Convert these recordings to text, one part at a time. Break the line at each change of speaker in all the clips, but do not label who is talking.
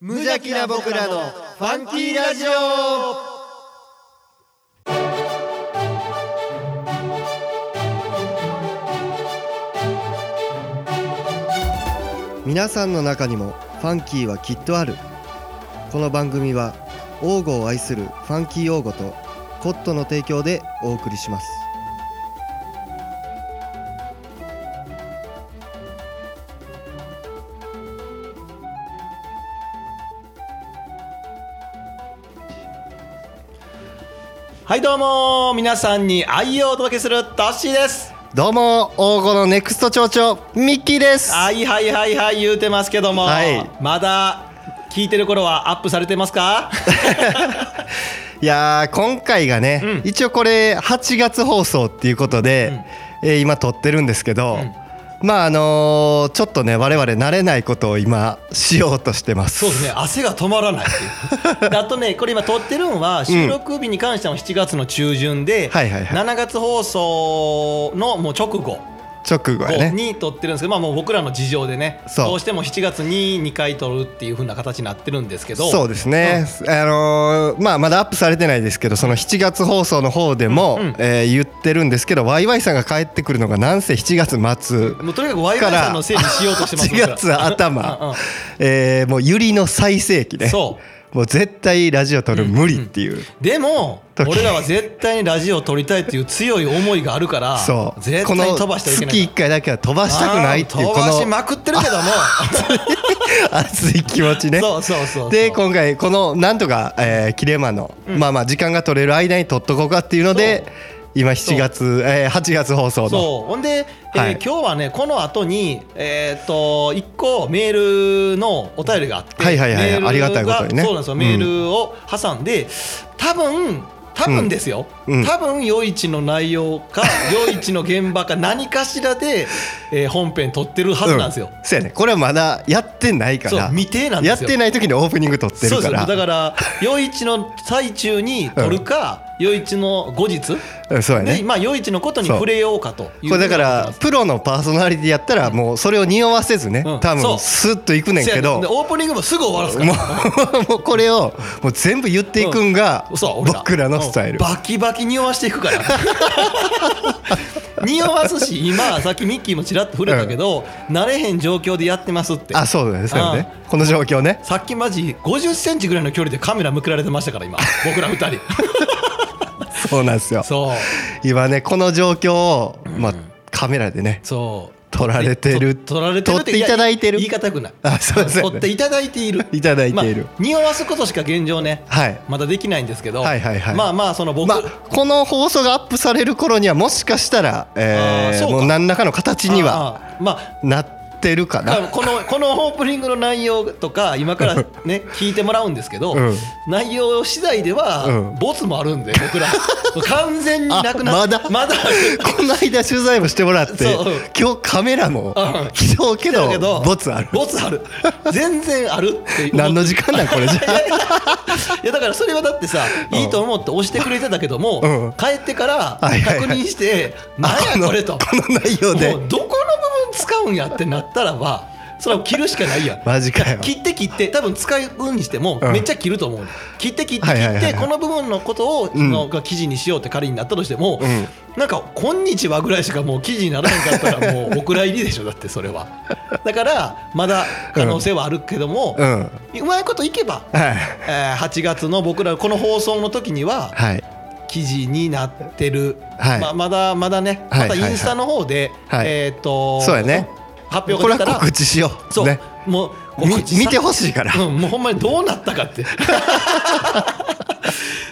無邪気な僕らのファンキーラジオ皆さんの中にもファンキーはきっとあるこの番組は王語を愛するファンキー王語とコットの提供でお送りします
はいどうも皆さんに愛をお届けするトッシーです
どうも王語のネクスト町長ミッキーです
はいはいはいはい言うてますけども、
はい
まだ聞いてる頃はアップされてま すか
いやー今回がね、
うん
一応これ8月放送っていうことで、えー今撮ってるんですけど、まああのーちょっとね我々慣れないことを今しようとしてます
そうですね汗が止まらないっていうあとねこれ今撮ってるのは収録日に関しては7月の中旬で、
はいはいはい
7月放送のもう直後
直後やね
に撮ってるんですけど、まあ、もう僕らの事情でね
そう
どうしても7月に2回撮るっていう風な形になってるんですけど
そうですね、あのーまあまだアップされてないですけどその7月放送の方でも、
うんうん
えー言ってるんですけどワイワイさんが帰ってくるのがなんせ7月末
もうとにかくワイワイさんのせいにしようとしてます
8 月
うんう
頭
ん
えーもうユリの最盛期ね
そ
もう絶対ラジオ撮る無理っていう、
でも
時
俺らは絶対にラジオを撮りたいっていう強い思いがあるから
そう
絶対に飛ばしてはいけない
この月1回だけは飛ばしたくないっていう
あー
こ
飛ばし
の
まくってるけども
熱い気持ちね
そうそうそうそう
で今回このなんとか、えー、切れ間の、まあまあ時間が取れる間に撮っとこうかっていうので今7月、えー、8月放送の
そうほんで、えー
はい
今日はねこの後にえーっと1個メールのお便りがあって
はいはいはい
メール
ありがたいことにね
そうなんですよ
うん
メールを挟んで、多分多分ですよ、
うんうん
多分夜市の内容か夜市の現場か何かしらで、えー本編撮ってるはずなんですよ、
うんそうやねこれはまだやってないか
そう
ら
未定なんで
やっ
すよ
てない時にオープニング撮って
そ
る
うで
か
す
ら
だから夜市の最中に撮るか、夜市の後日
うんそうや
で、
ね
まあ、夜市のことに触れようかという
これだか
ことなん
ら
です
プロのパーソナリティやったらもうそれを匂わせずね、
うん
多
そ
分
う
スッといくねんけど
せやねでオープニングもすぐ終わらすか
も
ら
う もうこれをもう全部言っていくんが
そう俺
僕らのスタイ
う
ル
んバキバキ匂わしていくから 匂わすし今さっきミッキーもちらっと触れたけど、慣れへん状況でやってますって
あそうだねそうだねこの状況ね
さっきマジ50センチぐらいの距離でカメラ向けられてましたから今僕ら 二人
そうなんですよ
そう
今ねこの状況をまあカメラでね
そう
撮られてる
と撮られてる
撮っていただいてる
や言い方よくない
あそうですよ
撮って
ね
いただいている
いただいている
まあ、匂わすことしか現状ね
はい
まだできないんですけど、
はいはいはい
まあまあその僕、
まあこの放送がアップされる頃にはもしかしたらえ
あー
ー
そうか
もう何らかの形には
ああまあ
なってるか
だから
な
このこのオープニングの内容とか今からね聞いてもらうんですけど、
うん
内容次第では、
うん
ボツもあるんで僕 ら完全になくな
あまだ
まだ
この間取材もしてもらって
そううん
今日カメラも
うん
来そうけ
だけど
どボツある
ボツある全然あるっていう
何の時間なん これじゃあ
いやだからそれはだってさ
ん
いいと思って押してくれてたけども、
うん
帰ってから
はいはいはい
確認 して「何やこれ」と
このこの内容で
もうどこの部分使うんやってなったらばそれは切るしかない やん
マジかよ
切って切って多分使うにしても
うん
めっちゃ切ると思うねん、切って切って切
はいはいは
っ
いは
て
い
この部分のことを
うん
のが記事にしようって仮になったとしても、
うん
なんか「こんにちは」ぐらいしかもう記事にならへんかったらもうお蔵入りでしょだってそれはだからまだ可能性はあるけども、
うんは
うまいこといけば、
い
えー8月の僕らこの放送の時には
はい
記事になってる、
はい
ままだまだね、
はい
またインスタの方で、
はいはい
えーっと
そうやね
発表
こ
が
れ
出た
は
ら
告知しよう
そう、
ね
もう
み
告知さ
見てほしいから
うん、もうほんまにどうなったかって。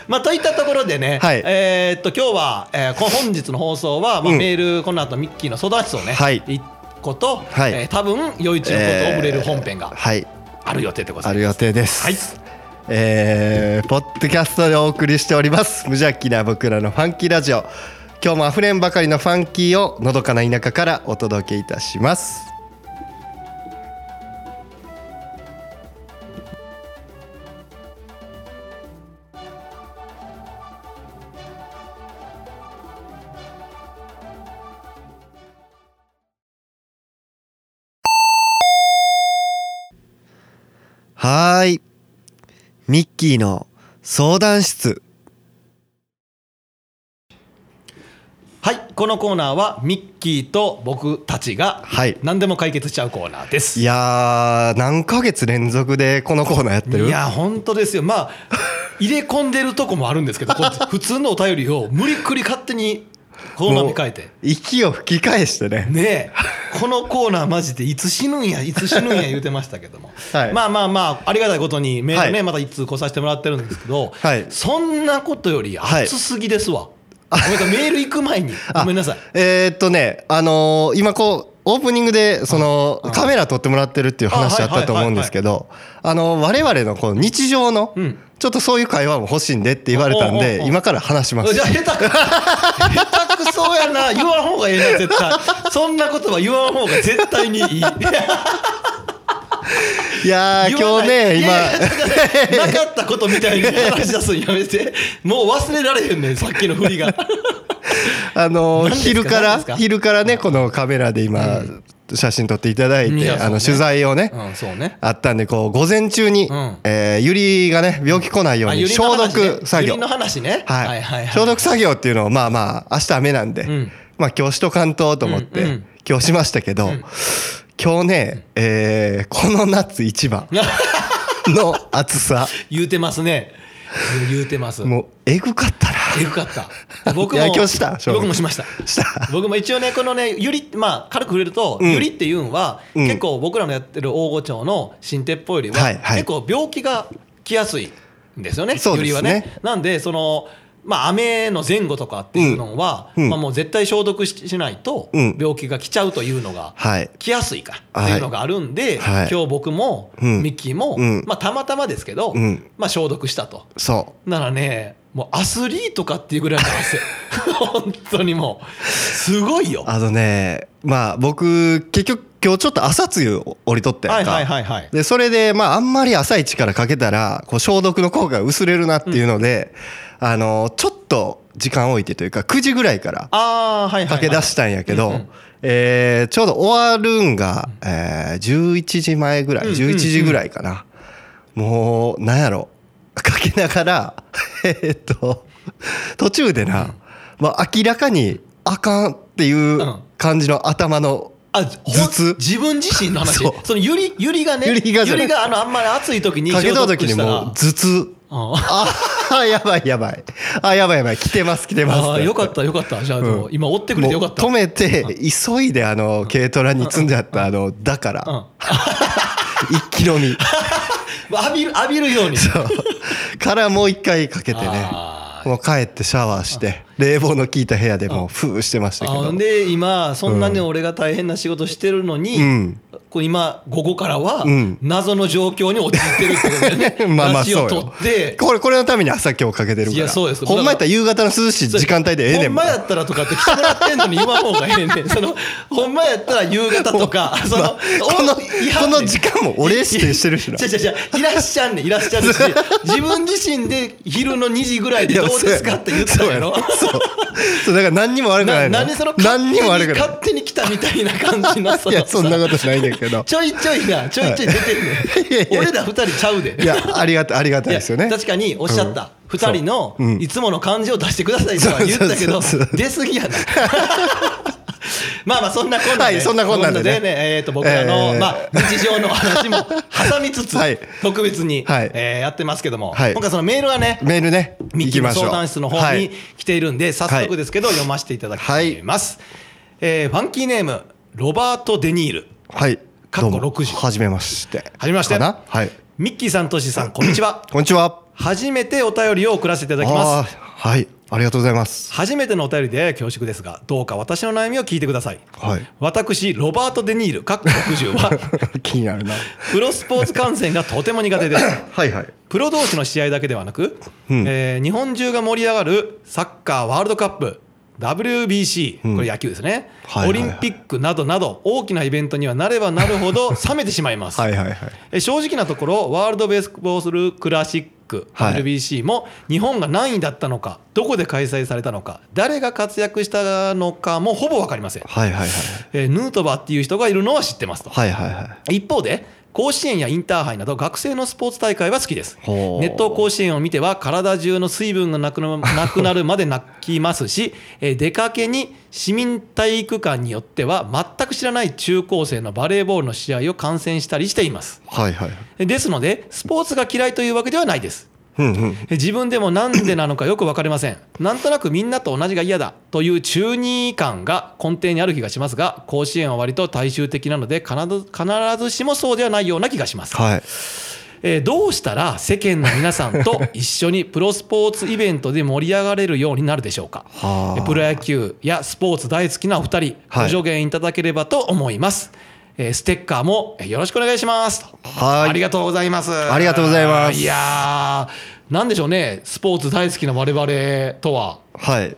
まあ、といったところでね、
はい
えーっと今日は、えーこ本日の放送は、まあ
うん
メールこの後ミッキーの相談室をね、
はい
一個と、
はい
えー多分余一のことを触れる本編が
はい
ある予定でござ
あ
いま
る予定です、
はい
えーポッドキャストでお送りしております無邪気な僕らのファンキーラジオ今日もあふれんばかりのファンキーをのどかな田舎からお届けいたしますはーいミッキーの相談室
はいこのコーナーはミッキーと僕たちが
はい
何でも解決しちゃうコーナーです
いやー何ヶ月連続でこのコーナーやってる
いや本当ですよまあ入れ込んでるとこもあるんですけどこっ ち普通のお便りを無理くり勝手にこのまま変えて
息を吹き返してね
ねえこのコーナーマジでいつ死ぬんやいつ死ぬんや言 うてましたけども、
はい
まあまあまあありがたいことにメールね、
はい
また一通来させてもらってるんですけど、
はい
そんなことより熱すぎですわ、ごめんなさいメール行く前にごめんなさい
えーっとねあのー今こうオープニングでその
うん
カメラ撮ってもらってるっていう話
あ
あ
は
っ
いはい
たと思うんですけどあの我々のこの日常の
うん
ちょっとそういう会話も欲しいんでって言われたん
おうおうお
で
う
今から話します
じゃあ下手く 下手くそやな言わん方がええな絶対そんなことは言わん方が絶対にい い
いやー
言わ
今日
ない
ね
い
今
やいや なかったことみたいに話し出すんやめてもう忘れられへんねんさっきの振りが
あの
何ですか
昼か
何
ら
ですか
昼からねこのカメラで今写真撮っていただい
い
て
やそう
あの
ね
取材をね
うんそうね
あったんでこう午前中に
うん
えーゆりがね病気来ないよう
あ
に
ゆりの
消
話ね
毒作
ゆ
業
りの話ね。はいはい
消毒作業っていうのをまあまあ明日雨なんで、
ん
まあ今日しとかんとと思っ
うんう
て
ん
今日しましたけど、今日ね、えーこの夏一番
業。
の暑さ
言うてますね。言うてます。
もうえぐかったな
えぐかった。僕も
いや今日した消毒
僕もしました。
した
僕も一応ねこのねゆりまあ軽く触れると、
ん
ゆりっていうんは、
うん
結構僕らのやってる大御町の新鉄砲よりは、
はいはい
結構病気が来やすいんですよね。
そうですね
ゆりはね。なんでそのまあ雨の前後とかっていうのは、
うんうん
まあもう絶対消毒ししないと
うん
病気が来ちゃうというのが。
はい
来やすいかっていうのがあるんで、
はい
今日僕も、
うん
ミッキーも、
うん
まあ、たまたまですけど、
うん
まあ、消毒したと。
そ
ならねもうアスリートかっていうぐらいの汗 本当にもうすごいうよ。は
あのねまあ僕結局今日ちょっと朝露を降りとった
い
やんか、
はいはいはい。
でそれでまああんまり朝一からかけたらこう消毒の効果が薄れるなっていうので、あのちょっと時間を置いてというか9時ぐらいから
ああはいはい、はい。
駆け出したんやけど、
うんうん
えーちょうど終わるんが、えー11時前ぐらい、
うんうん
11時ぐらいかな、もうなんやろかけながら えーっと途中でな、まあ、明らかにあかんっていう
うん
感じの頭の、
あ頭
頭痛
自分自身の話
そう
そのゆりゆりがね
ゆりがじゃない
あのあんまり暑い時に
かけた時に
消
もう頭
毒し
痛
たらあー
あーやばいやばいあやばいやばい来てます来てます
あーよかったたよかったじゃあ、でも
うん
今追ってくれ
も
て
う
よかった
止めて急いであの軽トラに積んであったあのだから
うん、
一気飲み
浴びる浴びるように
そうからもう一回かけてね
あー
もう帰ってシャワーして冷房の効いた部屋でもうふうしてましたけ
あ
ど
ほんで今そんなに俺が大変な仕事してるのに、
うん
こう今午後からは
うん
謎の状況に陥ってるってことだよね
まあまあ
ラジ
そ
オ
う
撮
よ
って
これこれのために朝今日かけてるから
いやそうです
ほんまやったら夕方の涼しい 時間帯でええねん
ほん
もん
まやったらとかって来てもらってんのに言わん方がえ えねんそのほんまやったら夕方とかその、
この
おいや
この時間もお礼指定してるしな
違う違う違ういらっしゃんねんいらっしゃ るし自分自身で昼の2時ぐらいでどうですかって言ったやろ
そうやろそうだから何にも悪くな
ない
の
何その
何にも悪くない
勝手に来たみたいな感じのそ
い
の
やそんなことないねんけど
ちょいちょいなちょいちょい出て
いやいや
るねん俺ら2人ちゃうで
いやありがたありがたいですよね
いや確かにおっしゃった、二2人の
そううん
いつもの感じを出してくださいとは言ったけど
そうそうそうそう
出過ぎやな まあまあそんなこんなで、
はいそんなこんなんでね
えー、と僕らの、
えー
まあ、日常の話も挟みつつ、
はい
特別に、
はい
えーやってますけども、
はい
今回そのメールはね
メールね
ミッ
行
キ
き
ーの
ましょう
相談室の方
は
に
い
来ているんで、早速ですけど、読ませていただきたいと思います。えーファンキーネーム、ロバート・デ・ニール。
はい
かっこ
どうも
60
はじめまして
はじめまして
かなはい
ミッキーさん、トシさん、こんにちは。
こんにちは
初めてお便りを送らせていただき
あ
ま
ー
す。
はいありがとうございます
初めてのお便りで恐縮ですが、どうか私の悩みを聞いてください。
はい
私、ロバート・デ・ニール、かっこ60は、
気になるな
プロスポーツ観戦がとても苦手で す。
はいはい
プロ同士の試合だけではなく、
うん
えー日本中が盛り上がるサッカーワールドカップ WBC、
うん
これ野球ですね、
はいはいはい
オリンピックなどなど大きなイベントにはなればなるほど冷めてしま います、
はいはいはい
えー正直なところワールドベースボールクラシック
はい
WBC も日本が何位だったのかどこで開催されたのか誰が活躍したのかもほぼ分かりません、
はいはいはい
えーヌートバーっていう人がいるのは知ってますと
はいはいはい
一方で甲子園やインターハイなど学生のスポーツ大会は好きです
ほう
熱湯甲子園を見ては体中の水分がなくななくなる まで泣きますし、えー出かけに市民体育館によっては全く知らない中高生のバレーボールの試合を観戦したりしています
はいはい
ですのでスポーツが嫌いというわけではないです
うんうん
自分でもなんでなのかよく分かりませんなんとなくみんなと同じが嫌だという中二感が根底にある気がしますが甲子園は割と大衆的なので必ず必ずしもそうではないような気がします、
はい
えーどうしたら世間の皆さんと一緒にプロスポーツイベントで盛り上がれるようになるでしょうか
はあ
プロ野球やスポーツ大好きなお二人
はい
ご助言いただければと思います、えーステッカーもよろしくお願いしますと
はい
ありがとうございます
ありがとうございます
いやーなんでしょうねスポーツ大好きな我々とは
はい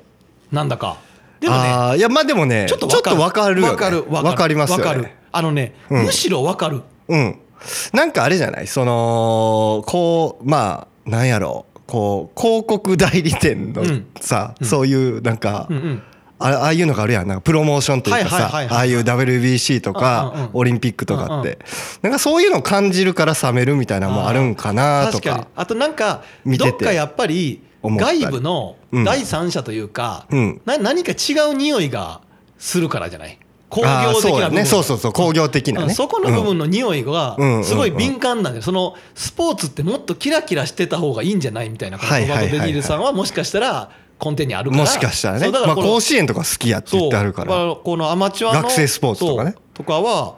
なんだかで
で
も
も
ね
いやまあでもね
ち
ち
ょ
ょ
っ
っ
と
と
わかる
わかるよね
わかるわかる
わかりますよね
わかるあのね、
うん
むしろわかる
うん、なんかあれじゃないそのこうまあなんやろうこう広告代理店の
うん
さ、そういうなんか、
うんうん
あああいうのがあるやんなんかプロモーションというか
はい
さ
はいはいはい
ああいう WBC とか、
うんうんうん
オリンピックとかって、なんかそういうのを感じるから冷めるみたいなのもあるんかなと
確かに
か
あとなんか
見て
ど
て
っかやっぱり
思ったり
外部の第三者というか、
うん
な何か違う匂いがするからじゃない工業
ああ
的
そう
な
や
部分
ねそうそうそう工業的な
うん
ね
そこの部
うん
分の匂いが
うんうんうん
すごい敏感なんで、そのスポーツってもっとキラキラしてた方がいいんじゃないみたいなことを
はいはいはいはい
ロバート・デ・ニールさんはもしかしたら根底にあるから
もしかしたら
そ
ね
うだか
ま
ら
あ、
この
甲子園とか好きやって言ってあるか
そう
ら
だこのアマチュアの
学生スポーツとかね
そうとか は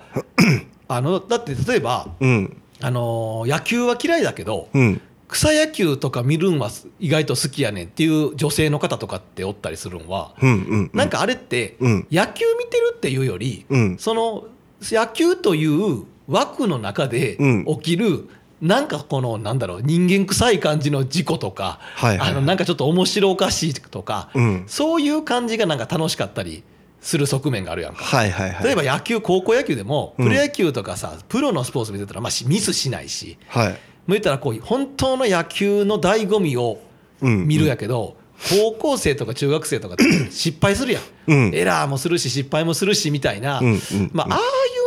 あのだって例えば、
うん
あのー野球は嫌いだけど、
うん
草野球とか見るんは意外と好きやねんっていう女性の方とかっておったりするんは、
うんうん
なんかあれって
うん
野球見てるっていうより、
うん
その野球という枠の中で
うん
起きる、なんかこのなんだろう人間臭い感じの事故とか、
はいはい
あのなんかちょっと面白おかしいとか、
うん
そういう感じがなんか楽しかったりする側面があるやんか。
はいはいはい
例えば野球高校野球でも
う
プ
ん
ロ野球とかさ、プロのスポーツ見てたら、まあ、しミスしないし
はい
言ったらこう本当の野球の醍醐味を
うん
見るやけど、高校生とか中学生とかって失敗するやん、
うん
エラーもするし失敗もするしみたいな、
うんうん
まあ、ああい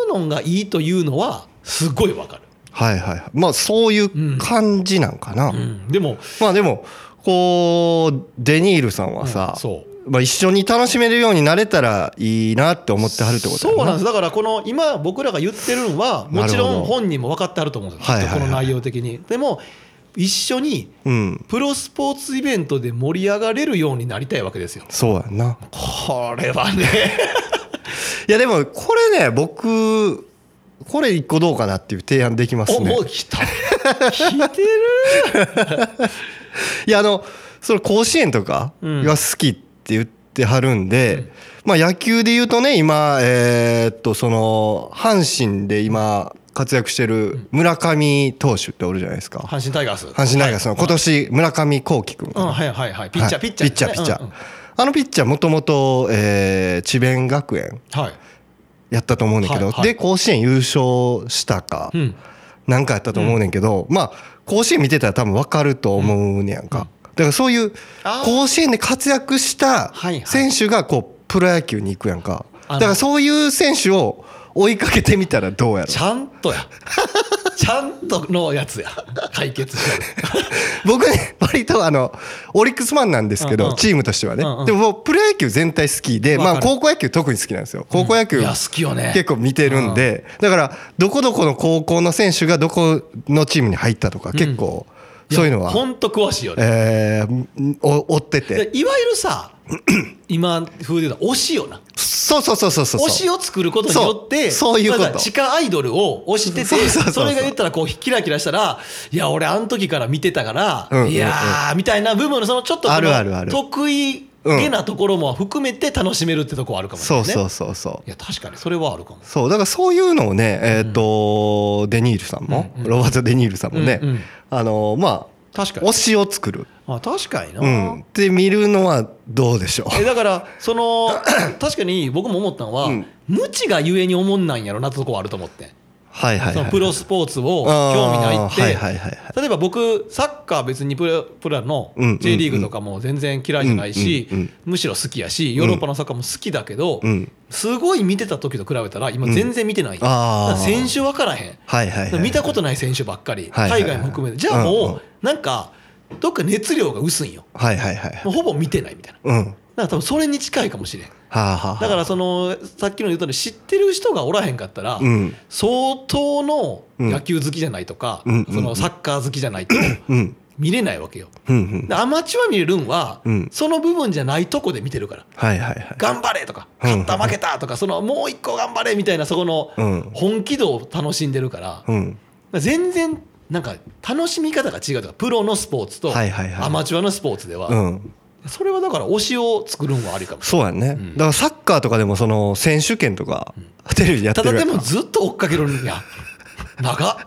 うのがいいというのはすごいわかる、
はいはいはいまあそういう感じなんかな、
うん、でも
まあでもこうデニールさんはさ、
そう
まあ、一緒に楽しめるようになれたらいいなって思ってはるってこと
そうなんですすだからこの今僕らが言ってるのはもち
なる
ろん
ほど
本人も分かってあると思うんですよ、
はいはいはい
この内容的にでも一緒に
うん
プロスポーツイベントで盛り上がれるようになりたいわけですよ
そうやんな
これはね
いやでもこれね僕これ一個どうかなっていう提案できます
お
ね
もう来た来てる
いやあのその甲子園とか
うん
が好きって言ってはるんで、まあ野球で言うとね今えーっとその阪神で今活躍してる村上投手っておるじゃないですか、
阪神タイガース
阪神大学の今年村上幸輝君か
うん、
な
はいはいはい。ピッチ
は
ャー、
い
ピッチャー、
ピッチャーピッチャー、
うんうん
あのピッチャーもともとえー智弁学園
はい。
やったと思うねんだけど、
はいはい
で甲子園優勝したか、
うん。
なんかやったと思うねんけど、まあ甲子園見てたら多分分かると思うねやんか、だからそういう
あー
甲子園で活躍した
はいはい
選手がこうプロ野球に行くやんか
あの
だからそういう選手を追いかけてみたらどうやろ
ちゃんと や。ちゃんとのやつや。解決し
僕ね割とあのオリックスファンなんですけど、
うんうん
チームとしてはね、
うんうん
でももうプロ野球全体好きで、
わかる
まあ、高校野球特に好きなんですよ高校野
て
球、
る。いや、好きよね。
結構見てるんで、だからどこどこの高校の選手がどこのチームに入ったとか、結構そういうのは、
ほんと詳しいよね。
えーお追ってて
でいわゆる さ、今風で言うと推しよな。
そうそうそうそうそう
推しを作ることによって、
そうそういうこと
だから地下アイドルを推してて、
そうそうそうそう
それが言ったらこう、キラキラしたら、いや、俺あの時から見てたから、
うんうんうん
いやー、みたいな部分のそのちょっとこの
あるあるある
得意げなところも含めて楽しめるってとこはあるかもし
そう
れないね。
そうそうそう
いや確かにそれはあるかも。
そうだからそういうのをねえっ、と、デニールさんも、
うんうん
ロバート・デ・ニールさんもね、
うんうん
あのまあ
確かに
推。しを作る、
あ確かにな。
うん、って見るのはどうでしょ
えだから その確かに僕も思ったのは、
うん
無知がゆえに思んないんやろなってとこはあると思って。
うはいはい
そ
は
の
い
プロスポーツを
あー
興味ないって、
はいはいはいはい
例えば僕サッカー別にプロプロの
うんうんうん
J リーグとかも全然嫌いじゃないし、
うんうんうん
むしろ好きやしヨーロッパのサッカーも好きだけど、
うん
すごい見てた時と比べたら今全然見てない、
ああ
選手分からへん、
はいはいはい
見たことない選手ばっかり、
はいはいはい
海外も含めてじゃあもう、
うんうん
なんかどっか熱量が薄いんよ
はいはいはい
もうほぼ見てないみたい
う
な
んは
だから多分それに近いかもしれん
あはあはあ
だからそのさっきの言ったように知ってる人がおらへんかったら、
うん
相当の野球好きじゃないとか、
うん
そのサッカー好きじ ゃないと
うん
見れないわけよ。
うんうん
でアマチュア見れるんは、
うん
その部分じゃないとこで見てるから
はいはいはい
頑張れとか
うん
勝った負けたとかそのもう一個頑張れみたいなそこの
うん
本気度を楽しんでるから
うん
全然なんか楽しみ方が違うとかプロのスポーツと
はいはいはい
アマチュアのスポーツでは、
うん
それはだから推しを作るんはありかもしれない
そうやんね、
ん
だからサッカーとかでもその選手権とかテレビでやって
た
る
だ
やん
でもずっと追っかけるんや長っ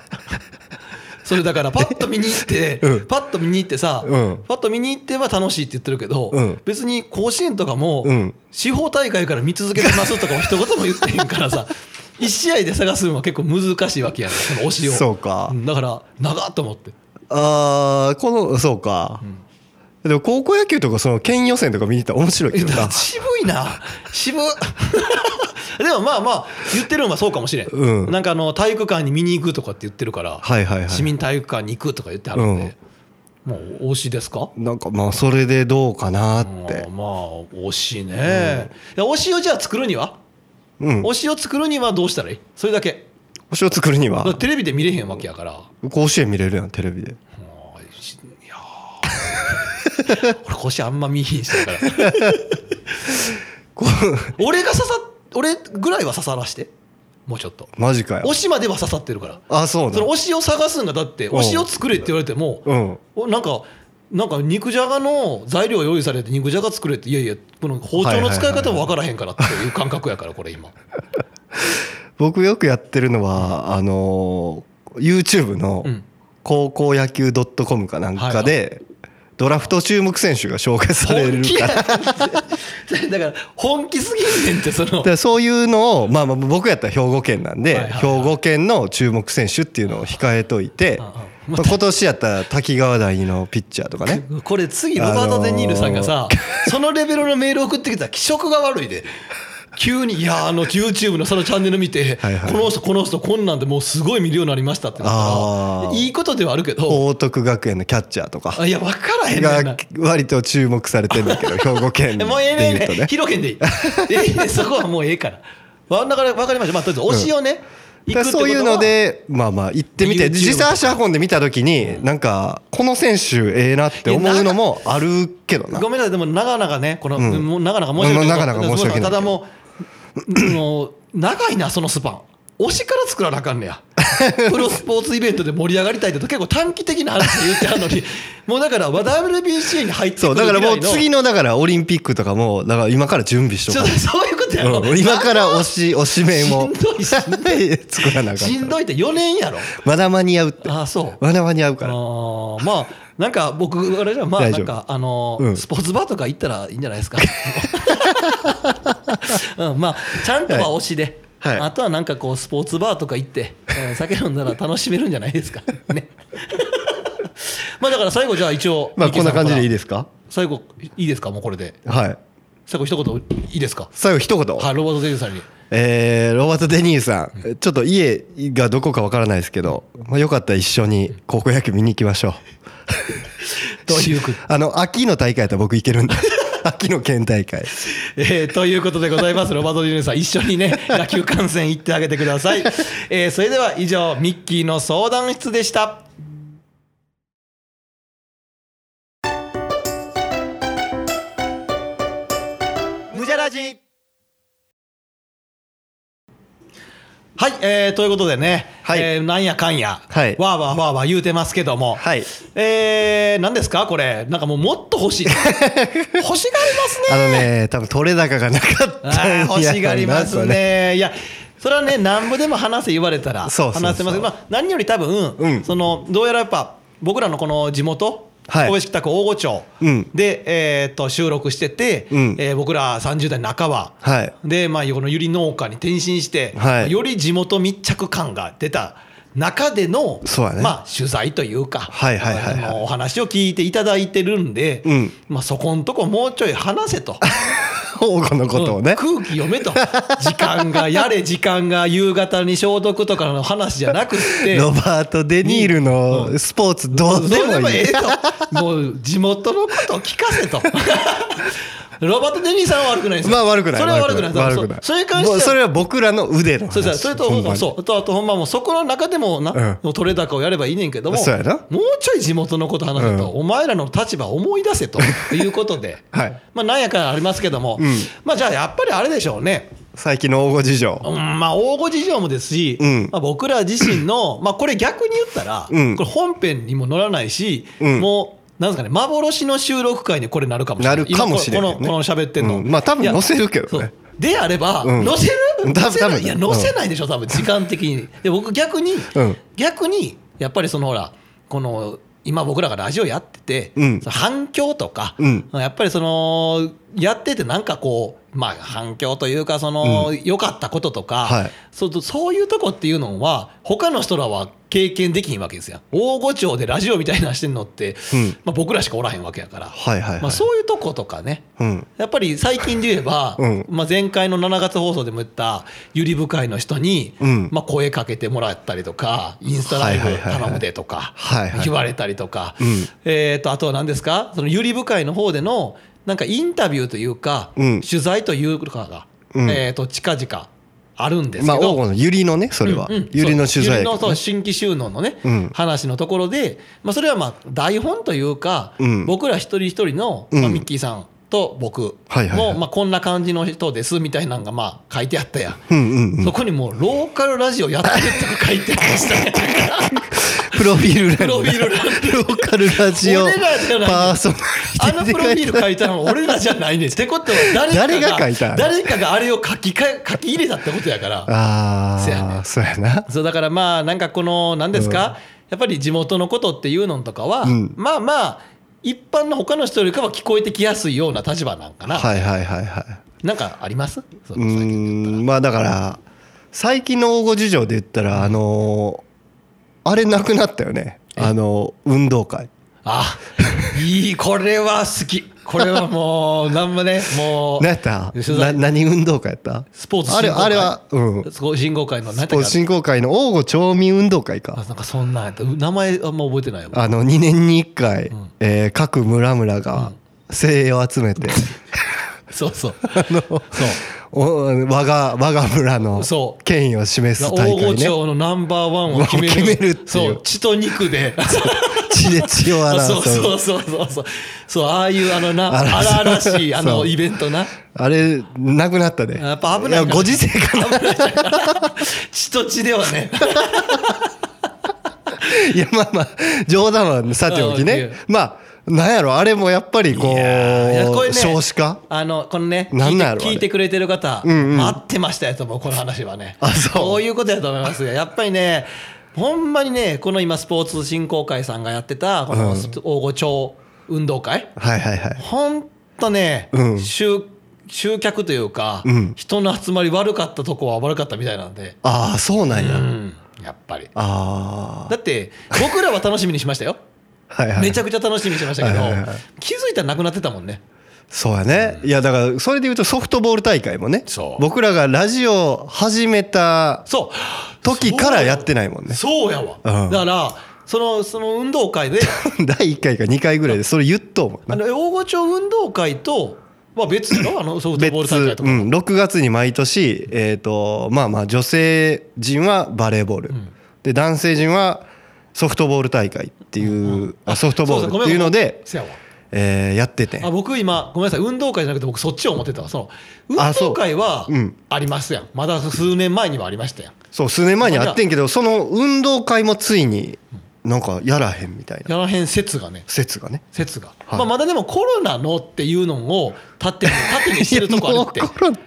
それだからパッと見に行って、
うん
パッと見に行ってさ、
うん
パッと見に行っては楽しいって言ってるけど、
うん
別に甲子園とかも、
うん
地方大会から見続けてますとかも一言も言ってへんからさ1 試合で探すのは結構難しいわけやんその推しを
そうか
んだから長っと思って
あーこのそうか、でも高校野球とかその県予選とか見に行ったら面白いけ
え
ど
だ
な
渋いな渋 でもまあまあ言ってるのはそうかもしれん、
うん
なんかあの体育館に見に行くとかって言ってるから、
はいはいはい
市民体育館に行くとか言ってはるんで、もう推しですか
なんかまあそれでどうかなって
まあまあ推しね、いや推しをじゃあ作るには、
うん
推しを作るにはどうしたらいいそれだけ
星を作るに
だから
は
テレビで見れへんわけやから、
甲子園見れるやんテレビで
もうしいやー 俺腰あんま見ひんしたから
こう
俺が刺さ俺ぐらいは刺さらしてもうちょっと
マジかよ
推しまでは刺さってるから
あそう
そ
な
の
の
推しを探すんがだって
うん
推しを作れって言われても
うん
おなんかなんか肉じゃがの材料用意されて肉じゃが作れっていやいやこの包丁の使い方も分からへんからっていう感覚やからこ れ今
僕よくやってるのはあのー YouTube の
うん
高校野球 .com かなんかでドラフト注目選手が紹介され
本
る
気
から
やだ から本気すぎんねんってその
だからそういうのを、まあ、まあ僕やったら兵庫県なんで、
はいはいはい
兵庫県の注目選手っていうのを控えといて、
うんうん
まあ今年やったら滝川大のピッチャーとかね
これ次ロバート・デ・ニールさんがさ、 そのレベルのメール送ってきたら気色が悪いで急に「いやあの YouTube のそのチャンネル見て、
はいはい
この人この人こんなんでもうすごい見るようになりました」ってなった
あ
ら
ー
いいことではあるけど
報徳学園のキャッチャーとか
あいや分からへんねんな
が。割と注目されてるんだけ ど兵庫県で
もうええね
言う
え
と
えね
ね
広げんでいいええそこはもうええからわだから分かりましたまあとりあえず推しをね、行く
だから
ってこと
そういうの
は
でまあまあ行ってみて
YouTube
実際足運んで見た時になんかこの選手ええなって思うのもあるけどな
ごめんなさい、でも、長々ね、この、
ん
もう長々申し訳な
も
い。
う長々申し訳ない
ただもう、もう長いな、そのスパン。推しから作らなあかんね や。プロスポーツイベントで盛り上がりたいってと結構短期的な話言ってあるのに、もうだから、WBCA に入ってく
そ
る
うだからもう
ぐいの
次のだからオリンピックとかもだから今から準備しと
ち
か
ょ
な
っとそういうことやろ。
うん今から推し推し名も
しんどいしん
作らなあか
し
ん
んどいって4年やろ。
まだ間に合うって
ああ、そう。
まだ間に合う
あ
から
ーまあなんか僕あれじゃまあ
大
な
丈
ん
夫
かあのー
うん
スポーツバーとか行ったらいいんじゃない ですか、うん、まあちゃんとは推しで、
はいはい
あとはなんかこうスポーツバーとか行って、うん酒飲んだら楽しめるんじゃないで すかね まあだから最後じゃあ一応
まあ
ミッキ
こ
ー
んな
さ
感じでいい
から
ですか
最後いいですかもうこれで
はい
最後一言いいですか
最後一言、
はいロバート・デイズさんに
えーロバート・デ・ニールさんちょっと家がどこかわからないですけど、まあ、よかったら一緒に高校野球見に行きましょう
というく
あの秋の大会やったら僕行けるん で秋の県大会
えーということでございます。ロバート・ディルさん、一緒にね、野球観戦行ってあげてください。えーそれでは以上、ミッキーの相談室でした。
無ジャラジ
はい、えーということでね、
はい
えーなんやかんや、
はい
わーわーわーわー言うてますけども、
はい
えー、何ですかこれ、なんかもうもっと 欲しい。欲しがります
あ
ね。
のね多分取れ高がなか ったんや
あー
ろうな
欲しがります
これ
ね。いや、それはね、なんぼでも話せ言われたら、
そうそうそう
話せますけど、まあ、何より多分、
うん
その、どうやらやっぱ、僕らのこの地元、
はい
神戸市北区大御町、
うん
で、えー、と収録してて、
うん
えー僕ら30代半ば、
はい
で、まあ、このゆり農家に転身して、
はい
より地元密着感が出た中での、
そうやね
まあ、取材というか、
はいはいはいはい
あのお話を聞いていただいてるんで、
うん
まあ、そこんとこもうちょい 話せと。
王子のことをね、
うん空気 読めと時間がやれ時間が夕方に消毒とかの話じゃなくって
ロバート・デ・ニールのスポーツど
どう
うで
で
も
も
いい
ええともう地元のことを聞かせ とロバート・デニーさんは悪くないですよ
まあ悪くない
それは悪くない
悪くない
そうそれに関して
もう
は
それは僕らの腕の
そう
話
そうそれと
ほんまに
そうあとあとほんまもうそこの中でもな、
うん
もう取れ高をやればいいねんけども
そうやな
もうちょい地元のこと話せと、
う
お前らの立場を思い出せということで、
はい
まあ、なんやかんやありますけども、
うん
まあ、じゃあやっぱりあれでしょうね
最近の大御事情
うんまあ、応募事情もですし、
うん
まあ、僕ら自身 の、まあ、これ逆に言ったら、
うん
これ本編にも載らないし、
うん
もう、なんですかね、幻の収録会にこれなるかもしれな
な
い。
るかもしれんね
今この、この喋ってんの。
うんまあ多分
いや
載せるけどね
そうであれば、
うん
載せる
多
載
分
せ
多
な
分
いいや、載せないでしょ、多分、時間的に。で、僕逆に、
うん
逆に、やっぱりそのほら、この、今僕らがラジオやってて、
うん
その反響とか、
うん
やっぱりその、やっててなんかこう、まあ反響というか、その、良かったこととか、
はい
そうそういうとこっていうのは他の人らは経験できひんわけですよ大御町でラジオみたいなのしてんのって、
うん
まあ、僕らしかおらへんわけやから、
はいはいはい、
まあ、そういうとことかね
うん
やっぱり最近で言えば、
うん
まあ、前回の7月放送でも言ったゆり部会の人に、
うん
まあ、声かけてもらったりとかインスタライブ頼むでとか
はいはいはいはい
言われたりとか、
うん
えー、とあとは何ですかそのゆり部会の方でのなんかインタビューというか、
うん
取材というかが、
うん
えー、と近々あるんですけど、
まあ王子のゆりのねそれは、
うんうん
ゆりの取材
ゆりのそう新規収納のね、
うん
話のところで、まあ、それはまあ台本というか、
うん
僕ら一人一人の、まあ
うん
ミッキーさんと僕
はいはいはい
のまあこんな感じの人ですみたいなのがまあ書いてあったや、
うんうんうん
そこにもうローカルラジオやってるって書いてありましたね
プロフィール欄に
プロフィール欄に
ローカルラジオ
俺らじゃない
パーソナ
あ
リテ
の
ィ
プ
で書いて
ロフィール書いたの俺らじゃないねんってことは誰かが
誰が書いたの
誰かがあれを書きか書き入れたってことやから
あ
そうやね
あそうやな
そうだからまあなんかこの何ですか、やっぱり地元のことっていうのとかは、
うん
まあまあ一般の他の人よりかは聞こえてきやすいような立場なんかな、
はいはいはいはい
なんかありますそうの最近
ーんまあだから最近の大御事情で言ったらあのーあれなくなったよねあのー運動会
あいいこれは好きこれはもうなんもねもう
何やった
取
な
材
何運動会やった
スポーツ
あ
振
れ
興会
あれはうん
スポーツ振興会の何
スポー
て
ツ振興会の大御町民運動会
あ
か
なんかそんなんやった名前あんま覚えてないよ
あの2年に1回、
ん
えー各村々が精鋭を集 めて、
そうそう
あのお我が我が村の
そう
権威を示す大
大御
会ね
町のナンバーワンを決める
決めるっていう
そう血と肉 で
血で血を
あ
争
そううそうそうそうそうそうああいうあのな
あら
荒々しいあ
そ
の
う
イベントな
あれなくなったね
やっぱ危ない
や
から
ご時世かな
血と血ではね
いやまあまあ冗談はさておき
あいや
ねまあなんやろあれもやっぱりこう
いやいやこれね
少子化
あのこのね
なんなんや
聞い
ろ
て
あれ
聞いてくれてる方、
んうん
待ってましたやと思うこの話はね
あそう
こういうことやと思いますよやっぱりねほんまにねこの今スポーツ振興会さんがやってたこの
うん
大御町運動会、
はいはいはい
ほんとね、
うん
集集客というか、
うん
人の集まり悪かったとこは悪かったみたいなんで、
ああそうなんや、
うん、やっぱり
ああ
だって僕らは楽しみにしましたよ
はいはい
めちゃくちゃ楽しみにしましたけど
はいはいはい
気づいたらなくなってたもんね
そうやねいやだからそれで言うとソフトボール大会もね
そう
僕らがラジオ始めた
そう
時からやってないもんね
そうやわ、
うん
だからそのその運 動会で
第1回か2回ぐらいでそれ言っとうもん
あの大御町運動会とは別だ ろあのソフト
別
ボール大会と
う
か、
ん、6月に毎年、えー、とまあまあ女性陣はバレーボール、
ん
で男性陣はソフトボール大会っていう、あソフトボールっていうので、
そうそうごめんごめんせや
え
わ
ーやっててん
あ僕今ごめんなさい運動会じゃなくて僕そっちを思ってたわその運
あそう
動会は
うん
ありますやんまだ数年前にはありましたやん
そう数年前にあってんけどその運動会もついになんかやらへんみたいな
やらへん説がね
説がね
説が、
はい
まあ、まだでもコロナのっていうのを縦に縦にしてるとこある って
もうコロナ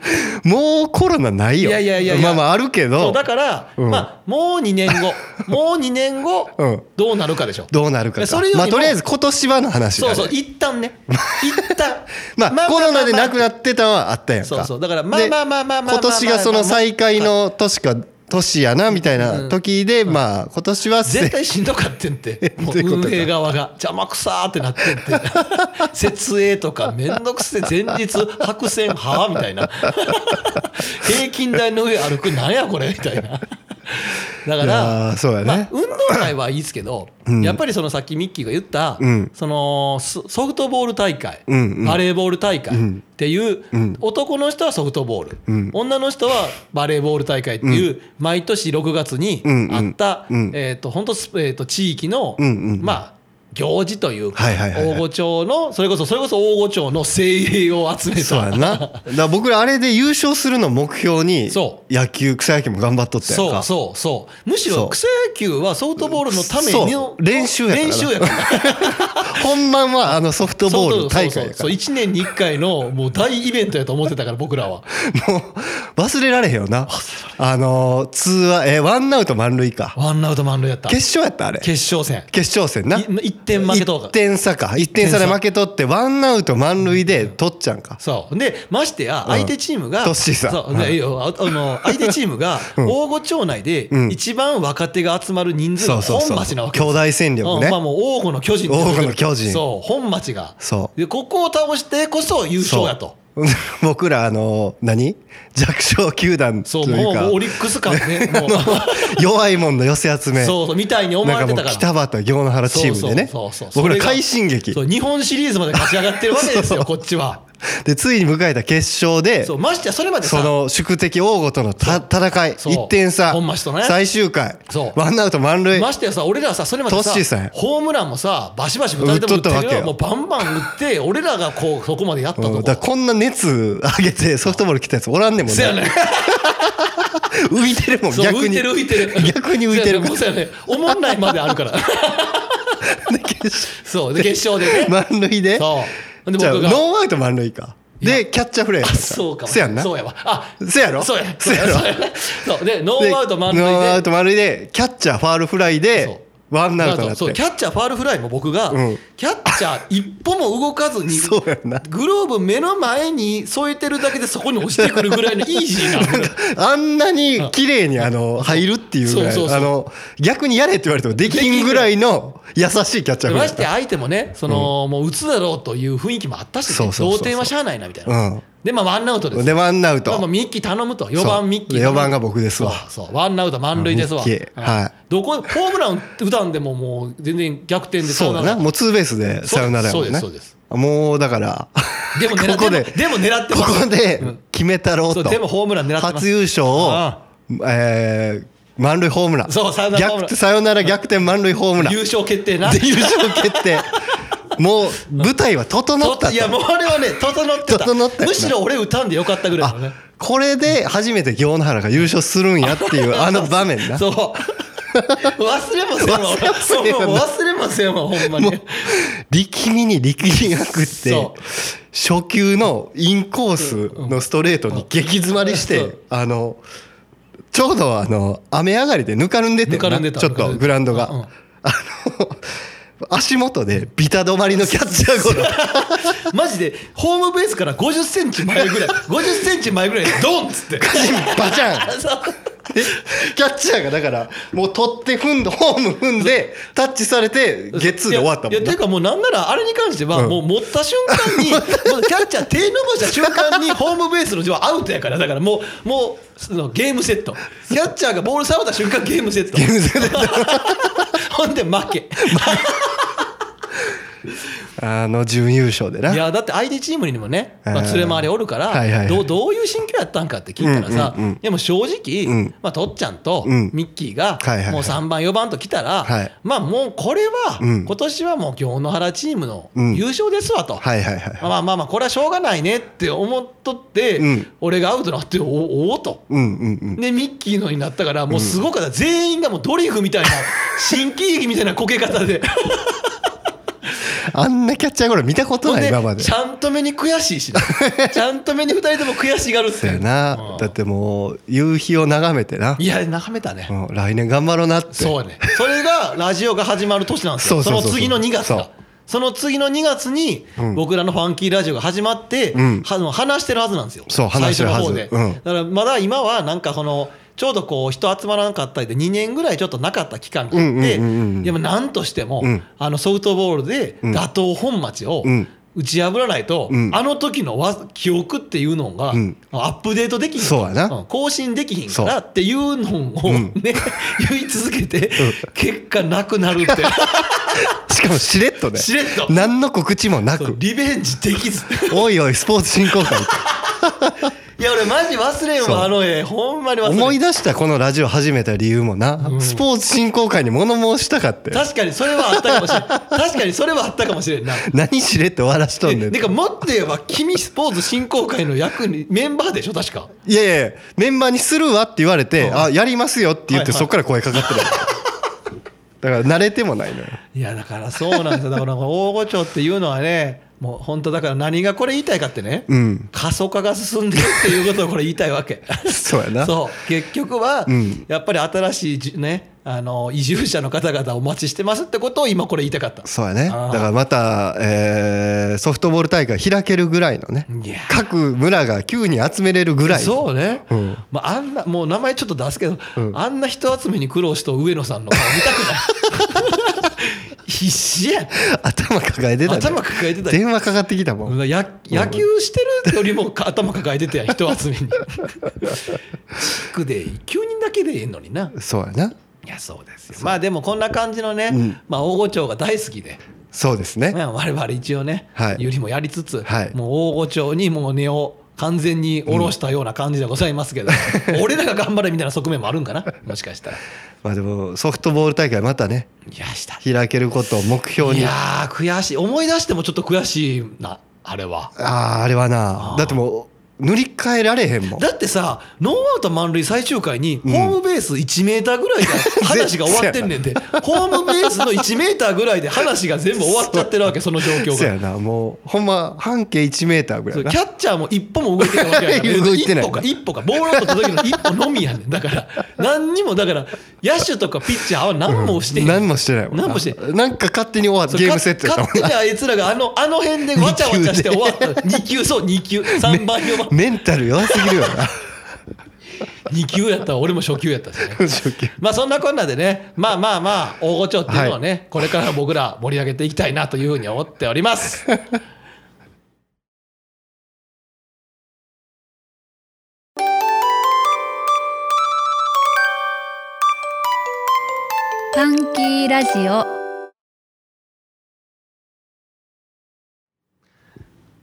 もうコロナないよ
いやいやいやいや
まあまああるけ
そ
ど
うだから、
うん
まあ、もう2 年後もう2年後、
うん
どうなるかでしょ
どうなるか
い
か
やそれよりも
まあとりあえず今年はの話だ
そ
ね
うそう一旦ね一旦
まあコロナでなくな
っ
ってたのはあったやんか
そうそうだからまあまあまあまあまあまあまあまあ
で今年がその再開の年か年やなみたいな時でまあ今年は
絶対しんどかってんても う
どういうことか
運営側が邪魔くさーってなって んて設営とかめんどくせえ前日白線はあみ たいな平均台の上歩くなんやこれみたいなだか
いや
ら
ーそうやね
まあ運動会はいいですけど、
うん
やっぱりそのさっきミッキーが言った、
うん
そのソソフトボール大会、
うんうん
バレーボール大会
うん
っていう、
うん
男の人はソフトボール、
うん
女の人はバレーボール大会っていう、毎年6月に
うんうん
あった、
うん
えっ、と本当スえっ、と地域の、
うんうん
まあ行事というか、
はいはいはいはい
大御町のそれこそそれこそ大御町の精鋭を集めた
そうやんなだから僕らあれで優勝するのを目標に
そ
野球草野球も頑張っとったやん
そ
か
うそうそうむし
そ
ろ
う
草野球はソフトボールのため
そ
の
う練習やからな
練習やから
本番はあのソフトボール大会やか
そうそうそう
ら
1年に1回のもう大イベントやと思ってたから僕らは
もう忘れられへんよなあのー通話えーワンアウト満塁か
ワンアウト満塁やった
決
決
勝やったあれ
勝戦
決勝戦な
1点負けと
1
か
点差か1点差で負けとってワンアウト満塁で取っちゃうんか
そうでましてや相手チームが、
トッシーさん
そう
はい
でいいよあ あの相手チームが
うん
大御町内で
うん
一番若手が集まる人数
そ
が
うそう
本
そう
町なわけ
兄
です
弟戦力
う
ね
んまあもう王吾の巨人って言わ
王
れてる
吾の巨人
そう本町が
そう
でここを倒してこそ優勝やと
そう僕らあの何弱小球団
そ
と
う
い
も
う
う
か
もうオリックス感 ねもう
弱いもんの寄せ集め
そうそうみたいに思わ
な
れ
んかも
てた
う
から
北畑行の原チームでね
そうそうそうそう
僕ら
それが
快進撃
そう日本シリーズまで勝ち上がってるわ けですよこっちは
でついに迎えた決勝で
そうましてやそれまで
そ
さ
の宿敵王吾とのた戦い
そう
1点差
本町とね
最終回
そう
ワンアウト満塁
ましてやさ俺らさそれまで
トッシーさん
さホームランもさバシバシ2人とも
打
打って
っとった
る
わけ
よ
よ
もうバンバン打って俺らがこうそこまでやったと
うん
こ
だからこんな熱上げてソフトボール来たやつおらんねんもん
せやね
ね
ん
浮いてるもん
そう
逆
浮い
に
てる浮いてる
逆に浮いてる
せやねんもうせやねんおもんないまであるからそうで決勝で ね
満塁で
そうで
じゃあ
僕
ノ
が
ーアウト満塁かでキャッチャーフライやった
あそうかも
せやんな
そうやわあ
せやろ
そうや
せやろ
そうやそうでノーアウト満塁
で
で
ノーアウト満塁でキャッチャーファールフライ
そう
でワンアウトになっ
そうキ
て
ャッチャーファールフライも僕が、
うん
キャッチャー一歩も動かずに
そうやんな
グローブ目の前に添えてるだけでそこに落ちてくるぐらいのイージー な
あんなに綺麗にあの入るっていうぐら
そうそう
い
そう
あの逆にやれって言われてもできんぐらいの優しいキャッチャーフラ
ま
イ
してや相手もねその、もう打つだろうという雰囲気もあったしね、
そうそうそうそう
同点はしゃあないなみたいな、
やっ
でまあワンアウト
た
で
うん
す
でワンアウ
まあ、まあ
ト
ミッキー頼むと4番ミッキー
4番が僕です
そう
わ
そうワンアウト満塁ですわ、
ミッキーはい
どこホームラン打たんでももう全然逆転で
そうだなもうツーベースでサヨナラやもんね
そうです
もうだから
でも狙って
ここで
で もでも狙って
こ
ます
こで決めたろう
そう
と
でもホームラン狙ってます
初優勝を
あ
えー満塁ホームラン
そうサヨナラホームラン
逆サヨナラ逆転満塁ホームラン
優勝決定な。
で優勝決定 もう舞台は整った
いや
と
もうあれはね整ってた
整ったよな
むしろ俺歌んでよかったぐらいの
あ
ね
これで初めて行野原が優勝するんやっていうあの場面な
そう忘れません
忘
わ
れませんよな
もう忘れませんわほんまに
もう 力みに力みがくって
そ
初球のインコースのストレートに激詰まりし
う
て
ん
あのちょうどあの雨上がりでぬかるんでて
ぬかる
なん
でた
ちょっとグラウンドが
うんうん
あの足元でビタ止まりのキャッチャーゴロ
マジでホームベースから50センチ前ぐらい50センチ前ぐらいでドンっつって
ガチンバチャン
そう
でキャッチャーがだからもう取って踏んでホーム踏んでタッチされてゲッツーで終わった
い
も
や
ん
いやて
な
いうかもうなんならあれに関しては
うん
もう持った瞬 間にもうキャッチャー手伸ばした瞬間にホームベースの上はアウトやからだからもうもうそのゲームセットキャッチャーがボール触った瞬間ゲームセット
ゲームセット
ほんで負け。
あの準優勝でない
やだって相手チームにもね、まあ、
うん
連れ回りおるから、
はいはいはい
どうどういう心境やったんかって聞いたらさ、
うんうんうん
でも正直、
うん
まあ、とっちゃんと
うん
ミッキーが
はいはいはい
もう3番4番と来たら、
はい
まあもうこれは、
うん
今年はもう京野原チームの
うん
優勝ですわと、
はいはいはい
まあまあまあこれはしょうがないねって思っとって、
うん
俺がアウトになっておおおと。
うんうんうん
でミッキーのになったからもうすごかった、全員がもうドリフみ たいな新喜劇みたいなこけ方で
あんなキャッチャーゴロ見たこと
ほん
ない
で
今まで
ちゃんと目に悔しい しなちゃんと目に二人とも悔しがるっ
そ
て
や
う
なんだってもう夕日を眺めてない
や眺めたね、
うん来年頑張ろうなって
そうやねそれがラジオが始まる年なんですよ
そ
そう
そうそうそう
の次の2月
そう
がその次の2月に
うん
僕らのファンキーラジオが始まって、
うん
はもう話してるはずなんですよ
そう話してるはず
最初の方で、
うん
だからまだ今はなんかそのちょうどこう人集まらなかったりで2年ぐらいちょっとなかった期間があって、
うんうんうんうん
でもなんとしても、
うん
あのソフトボールで
うん
打倒本町を、
うん
打ち破らないと、
うん
あの時のわ記憶っていうのが、
うん
アップデートできひん
そうやな
更新できひんか
そ
ら
う
っていうのを
う
ね、
ん
言い続けて、結果なくなる って
しかもしれっとね
しれっと
何の告知もな
そう
く
リベンジできず
おいおいスポーツ振興 会
いや俺マジ忘れん
そう
わあの絵ほんまに忘れん
思い出したこのラジオ始めた理由もな、
ん
スポーツ振興会に物申したかって
確かにそれはあったかもしれん確かにそれはあったかもしれんな
何しれって終わらしとんね
え
ん
てかもっと言えば君スポーツ振興会の役にメンバーでしょ確か
いやいやいやメンバーにするわって言われて、
うん
あやりますよって言って、
はいはい
そっから声かかってる だから慣れてもないのよ
いやだからそうなんですよだから大御町っていうのはねもう本当だから何がこれ言いたいかってね、
うん
過疎化が進んでるっていうことをこれ言いたいわけ
そうやな
そう結局は、
うん
やっぱり新しいじねあの移住者の方々お待ちしてますってことを今これ言いたかった
そうやねだ
あー
からまた、えーソフトボール大会開けるぐらいのね
いや
各村が9人集めれるぐらい
そうね、
うん
まあ、あんなもう名前ちょっと出すけど、
うん
あんな人集めに苦労した上野さんの顔見たくない 必死やん
頭抱えてた、ね、
頭抱えてたよ
電話かかってきたもん、
や野球してるよりもか頭抱えて てやん人集めに地区で9人だけでええのにな
そうやない
やそうですよまあでもこんな感じのね、
うん
まあ、大御町が大好きで、
そうですね、
まあ、我々一応ね、
はい
ゆりもやりつつ、
はい
もう大御町にもう根を完全に下ろしたような感じでございますけど、 俺らが頑張れみたいな側面もあるんかなもしかしたら
まあでもソフトボール大会またね
いやした
開けることを目標
い
に
や
あ
ー悔しい思い出してもちょっと悔しいなあれは
あーあれはな
あー
だってもう塗り替えられへんもん
だってさノーアウト満塁最終回にホ
ん
ームベース1メーターぐらいで話が終わってんねん でホームベースの1メーターぐらいで話が全部終わっちゃってるわけその状況
そうや
が。
なもうほんま半径1メーターぐら
そ
いうやな
キャッチャーも一歩 も動いてないわけやから
動いてない
一歩か一歩かボールを取った時の一歩のみやねんだ から何にもだから野手とかピッチャーは何もしてへん、
何もしてないもんな
何もしてへん
なんか勝手に終わっ
そ
た
う
ゲームセットやったも
か
ん
勝手にあいつらがあのあの辺でわちゃわちゃして終わった2級そう2級3番4番
メンタル弱すぎるよな
2級やったわ俺も初級やったしね
正直
まあそんなこんなでね、まあまあまあ、大御町っていうのをね、これから僕ら盛り上げていきたいなというふうに思っております。
ファンキーラジオ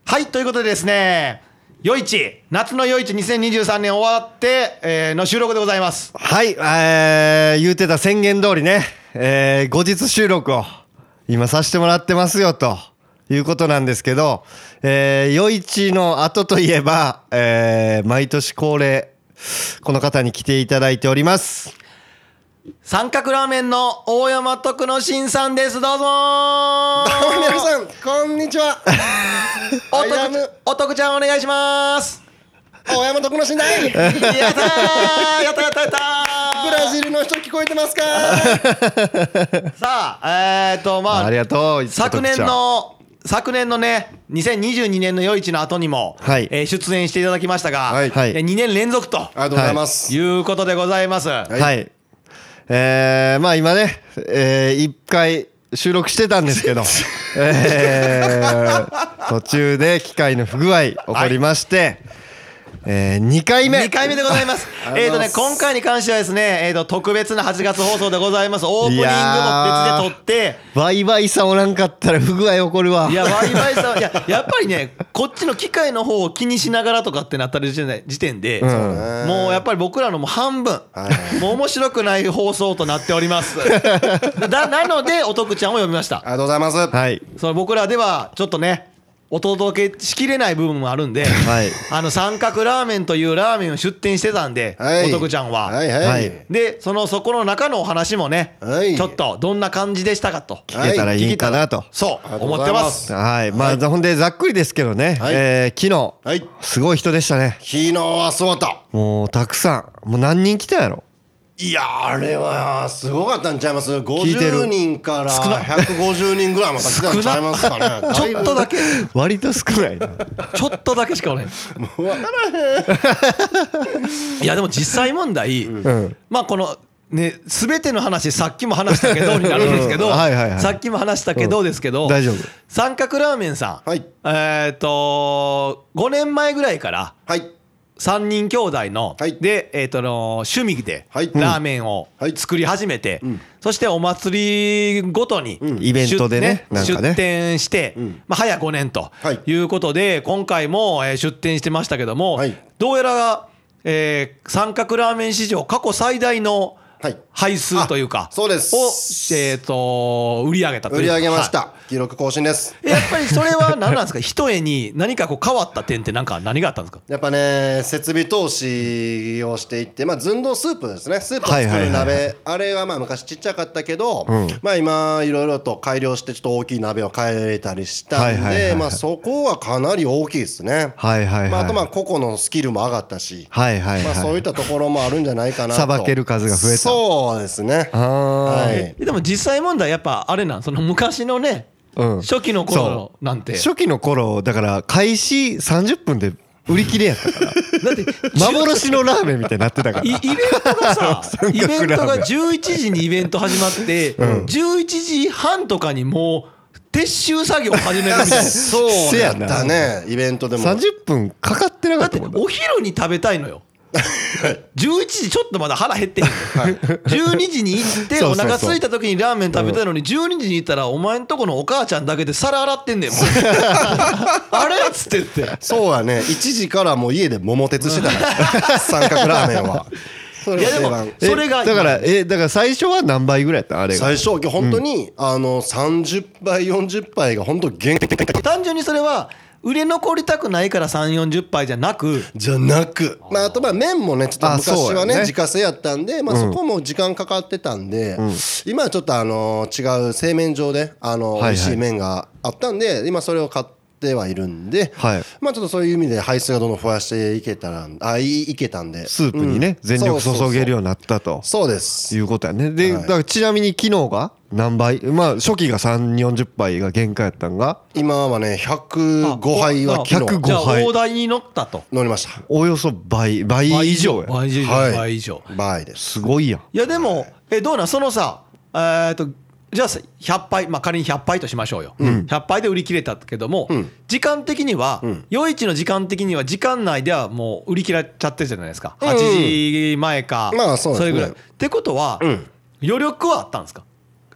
はい、ということでですね、夜市、夏の夜市2023年終わって、えーの収録でございます。
はい、えー、言うてた宣言通りね、えー、後日収録を今させてもらってますよということなんですけど、えー、夜市の後といえば、えー、毎年恒例、この方に来ていただいております。
三角ラーメンの大山徳之進さんです、どうぞ
皆さん、こんにち は。
お
アイア
と
ム
くおとくちゃんお願いします。
大山徳之信 だ
やったー やったやったやったー
ジルの人聞こえてますか
さあ、えっ、ー、と、まあ、
ありがとう。
昨年
徳ちゃん。
の昨年のね2022年の夜市の後にも、
はい
えー出演していただきましたが、
はい
はい
2年連続と
ありがとうございます。
いうことでございます、
はい。えー、まあ今ね、えー、一回収録してたんですけど、えー、途中で機械の不具合起こりまして、えー、2回目
2回目でございます。えっとね、今回に関してはですね、えっ、と、特別な8月放送でございます。オープニングも別で撮って、
バイバイさんおらんかったら不具合起こるわ
いや、ワイワイさん、いや、やっぱりね、こっちの機械の方を気にしながらとかってなったり時点時点で、
ん
もうやっぱり僕らのもう半分、もう面白くない放送となっており ます。だなので、おとくちゃんを呼びました。
りがとうございます。
はい
その僕らではちょっとねお届けしきれない部分もあるんで、
はい
あの三角ラーメンというラーメンを出店してたんで、
はい
おとくちゃんは、
はいはい。
はい
でそのそこの中のお話もね、
はい
ちょっとどんな感じでしたかと
聞けたらいいかなと
そう
ありがとう
思
ご
っ
ざ
て
い
ま
ますす
はいまあ、ほんでざっくりですけどね、
はい
えー昨日
はい。
すごい人でしたね
昨日はそうだった。
もうたくさんもう何人来たんやろ
いやーあれはすごかったんちゃいます
いてる
?50 人から150人ぐらいまで来たんちゃいますかね。
ちょっとだけ
割と少ないな
ちょっとだけしかおれんいやでも実際問題、
うん
まあこのね全ての話さっきも話したけどになるんですけど
うんはいはいはい
さっきも話したけどですけど、
うん大丈夫
三角ラーメンさん、
はい
えっ、と5年前ぐらいから
はい。
3人兄弟の、
はい
で、えー、との趣味で
はい
ラーメンを
はい
作り始めて、
ん
そしてお祭りごとに、
ん
イベントでね
出
なんかね
出店して、
ん
まあ、早5年と
はい
いうことで、今回も、えー出店してましたけども、
はい
どうやら、えー三角ラーメン史上過去最大の
はい
配数というか、
あそうです
を、えー、と売り上げたとい
売
う
り上げま
はい
した。記録更新です。
やっぱりそれは何なんですか 一重に何かこう変わった点って何か何があったんですか
やっぱね設備投資をしていって、まあ、寸胴スープですねスープを
はいはい
作
はい
る鍋、
は
あれはまあ昔ちっちゃかったけど、
ん
まあ、今いろいろと改良してちょっと大きい鍋を変えれたりしたんで、
はいはいはい
まあ、そこはかなり大きいですね、
はいはいはい
まあ、あとまあ個々のスキルも上がったし、
はいはいはい、
まあ、そういったところもあるんじゃないかなと
さばける数が増えた
そうですね
ああ、
はい
でも実際問題やっぱあれなんその昔のね、
うん
初期の頃なんて
初期の頃だから開始30分で売り切れやったから
だって
幻のラーメンみたいになってたから
いイベントがさイベント
三角ラー
が
メン
11時にイベント始まって、11時半とかにもう撤収作業を始める みたいな
そうやったねイベントでも
30分かかってなか
だ
っ
ったて
もん
お昼に食べたいのよ11時ちょっとまだ腹減ってへんねん12時に行って
そ
お
うそうそう
腹空いた時にラーメン食べたいのに12時に行ったらお前んとこのお母ちゃんだけで皿洗ってんね んもう あれっつってって
そうやね1時からもう家で桃鉄してた から三角ラーメンはそ
いやで
定
も
番
え
それが
だからえだから最初は何倍ぐらいやったあれが
最初今日本当に、あの30杯40杯が本当限界
単純にそれは売れ残りたくないから3 4 0杯じゃなく
じゃなくまああとまあ麺もねちょっと
あそうやね
昔はね自家製やったんでまあそこも時間かかってたんで、今はちょっとあの違う製麺上であ
い
の美
はい
味しい麺があったんで今それを買ってはいるんで、
はい
まあちょっとそういう意味で配数がどんどん増やしていけたらあいいけたんで
スープにね、
うん
全力
そうそうそう
注げるようになったと
そうです
いうことやねで、
はい
だからちなみに昨日が何倍まあ初期が3 4 0杯が限界やったんが
今はね105杯は昨
105
日
じゃあ
はい
大台に乗ったと
乗りました
およそ倍倍以上や
倍以上
はい
倍以上
倍です
すごい やん
いやでもえどうなんそのさえー、とじゃあさ100杯、まあ、仮に100杯としましょうよ、100杯で売り切れたけども、
ん
時間的には、夜市の時間的には時間内ではもう売り切れちゃってるじゃないですか、
ん
8時前か、
まあそうですね
れぐらい。ってことは、
ん
余力はあったんですか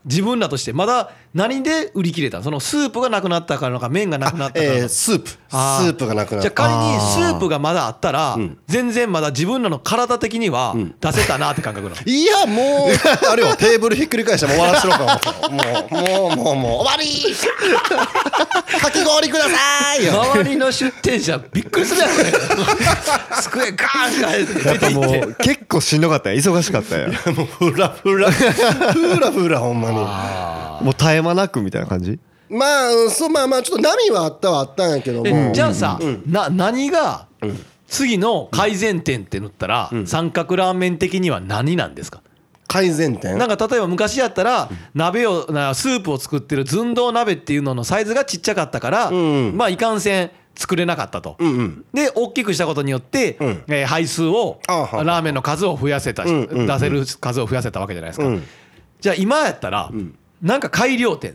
自分らとしてまだ何で売り切れたのそのスープがなくなったからなのか麺がなくなったからなの
え
か
ー、スープス
あー
ープがなくな
じゃ
っ
あ
た
仮にスープがまだあったら、
ん
全然まだ自分らの体的には
ん
出せたなって感覚なの、
いやもう あれよテーブルひっくり返してもう終わらせろかもうもうもうもうもう終わ りかき氷くださいよ
周りの出店者びっくりする やろね机ガーンって
や
出
っぱ
て
も
行って
う結構しんどかったよ忙しかったよ
もうふらふらふらふらほんまに
もう絶え間なくみたいな感じ
まあうんそうまあまあちょっと波はあったはあったんやけど
え
も
じゃあさ、な何が次の改善点って塗ったら、三角ラーメン的には何なんですか
改善点
なんか例えば昔やったら鍋をなスープを作ってる寸胴鍋っていうののサイズがちっちゃかったから、
ん
まあいかんせん作れなかったと、
うんうん
で大きくしたことによって、
うん
えー配数を
あ
ラ
はは
ーメンの数を増やせた、
んうんうん
出せる数を増やせたわけじゃないですか、
うん
じゃあ今やったら、なんか改良点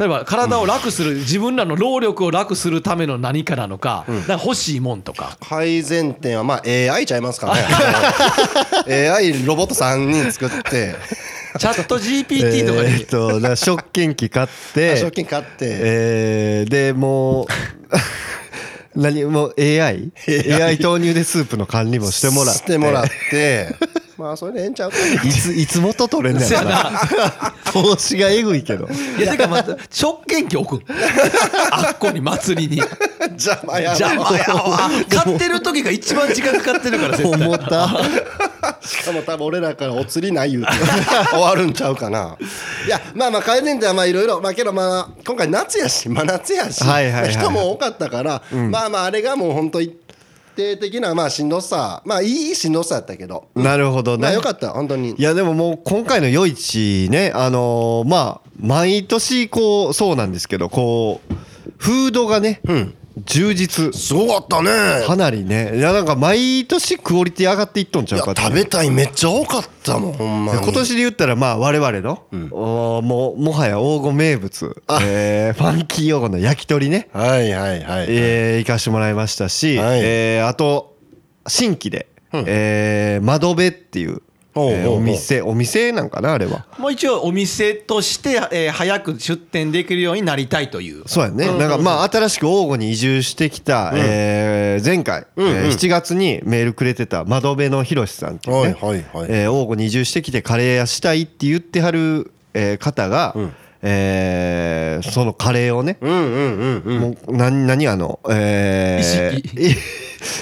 例えば体を楽する、自分らの労力を楽するための何かなのか,、なんか欲しいもんとか
改善点はまあ AI ちゃいま すかね AI ロボット3人作って
チャット GPT とか
えー
に
っとだから食券機買っ て
賞金買って
えーでもう 何もう AI?AI 投入でスープの管理もしてもらって
してもらって まあそれでええんちゃうか
いついつ元取れん ねん
せや
な投資がえぐいけど
いやてかまた食券機置くあっこに祭りに
邪魔や
じゃ
ろ
あ買ってる時が一番時間かかってるから絶対
重た
しかも多分俺らからお釣りない言うて終わるんちゃうかないやまあまあ改善点はまあいろいろまあけどまあ今回夏やし真夏やし、
はいはいはい
人も多かったから、まあまああれがもう本当一定的なまあしんどさまあいいしんどさやったけど
なるほど
まあ
ね
よかった本当に
いやでももう今回の夜市ねあのーまあ毎年こうそうなんですけどこうフードがね、充実
すごかったね
かなりねいやなんか毎年クオリティ上がっていっとんちゃうかっていう
たいめっちゃ多かったもんほんま
今年で言ったらまあ我々の、おーもうもはや黄金名物、えーファンキー黄金の焼き鳥ね、
はいはいはい、
えー行かしてもらいましたし、
はい
えーあと新規で、えー窓辺っていう
おうおうおう
えーお店お店なんかなあれは
もう一応お店として、えー早く出店できるようになりたいという
そうやね、なんかまあ新しく王金に移住してきた、えー前回、えー7月にメールくれてた窓辺のひろしさんっていうね、
はいはいはい
えー王金に移住してきてカレー屋したいって言ってはる、えー方が、えーそのカレーをね、
うんうんうんうん
もう何何あの、えー、
意
識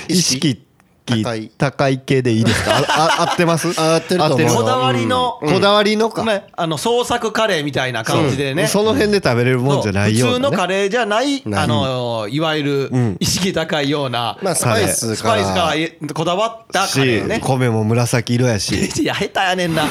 意識
高い
高い系でいいですかああ合ってます
合ってると思う
こだわりの、
こだわりのか、
ね、あの創作カレーみたいな感じでね、
その辺で食べれるもんじゃないよう
普通
な、
の
ね、
カレーじゃない、
ない
あのいわゆる
ん
意識高いような、
まあスパイス
ス
か
パイス
ら
がえこだわったカレーね
し。米も紫色やし
いや下手やねんな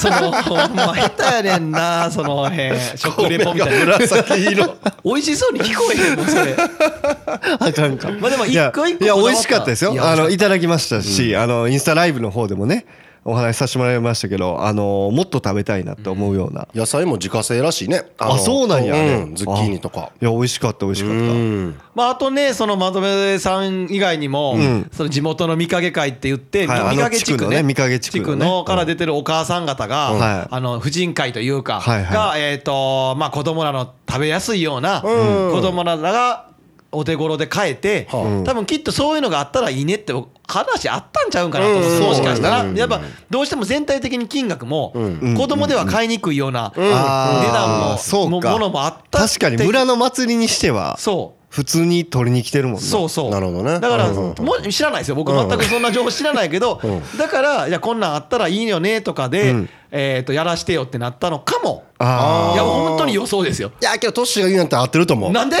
そのほんま下手やねんなその辺食レポみたいな
紫色
美味しそうに聞こえへんもんそれ
あかんか
まあでも一個一個
いやい
こ
や美
だわった
味しかったです
い
よ
や
あ
美
の
味
いただきましたし、あのインスタライブの方でもねお話しさせてもらいましたけどあのもっと食べたいなって思うような、
野菜も自家製らしいねの
あそうなんや、ね
うんズッキーニとか
あいや美味しかった美味しかった、
うん
まあ、あとねそのまとめさん以外にも、
ん
その地元の御影会って言って、
はい
み
あの
御影
地
地区ね
区のね御影地区のね
地のから出てるお母さん方が、
うんはい
あの婦人会というか、
はいはい
が、えーとまあ、子供らの食べやすいような、子供らがお手頃で変えて、
はあ
多分きっとそういうのがあったらいいねって話あったんちゃうんかなと思う、
うん
もしかしたら、
うん
やっぱどうしても全体的に金額も、
ん
子供では買いにくいような、値段も
あーそうか
もものもあったって
確かに村の祭りにしては
そう
普通に取りに来てるもんね
そうそう
なるほどね
だから
うんうん
も
う
知らないですよ僕全くそんな情報知らないけどだからいやこんなんあったらいいよねとかで
うん
えーとやらしてよってなったのかも
ああ
いや本当に予想ですよ
いやけどトッシーが言うなんて合ってると思う
なんで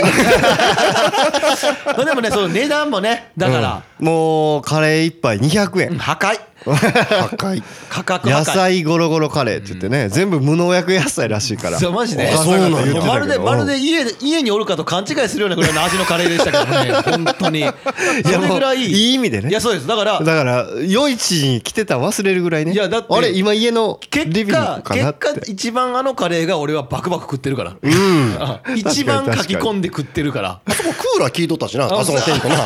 まあでもねその値段もねだから
もうカレー一杯200円
破壊
高い
価格破
野
壊
菜ゴロゴロカレーって言ってね、全部無農薬野菜らしいから
そうマジで
お母さん方言ってたけど
まるでまるで家で家におるかと勘違いするようなぐらいの味のカレーでしたけどね本当にそれぐ
いやもう
らい
いい意味でね
いやそうですだ から
だから夜市に来てたん忘れるぐらいね
いやだって
あれ今家のリビ
結
ングか
果
な
結
って
果一番あのカレーが俺はバクバク食ってるから、 一番
確か
書
に
き込んで食ってるから
あそこクーラー効いとったしなあそこのテントな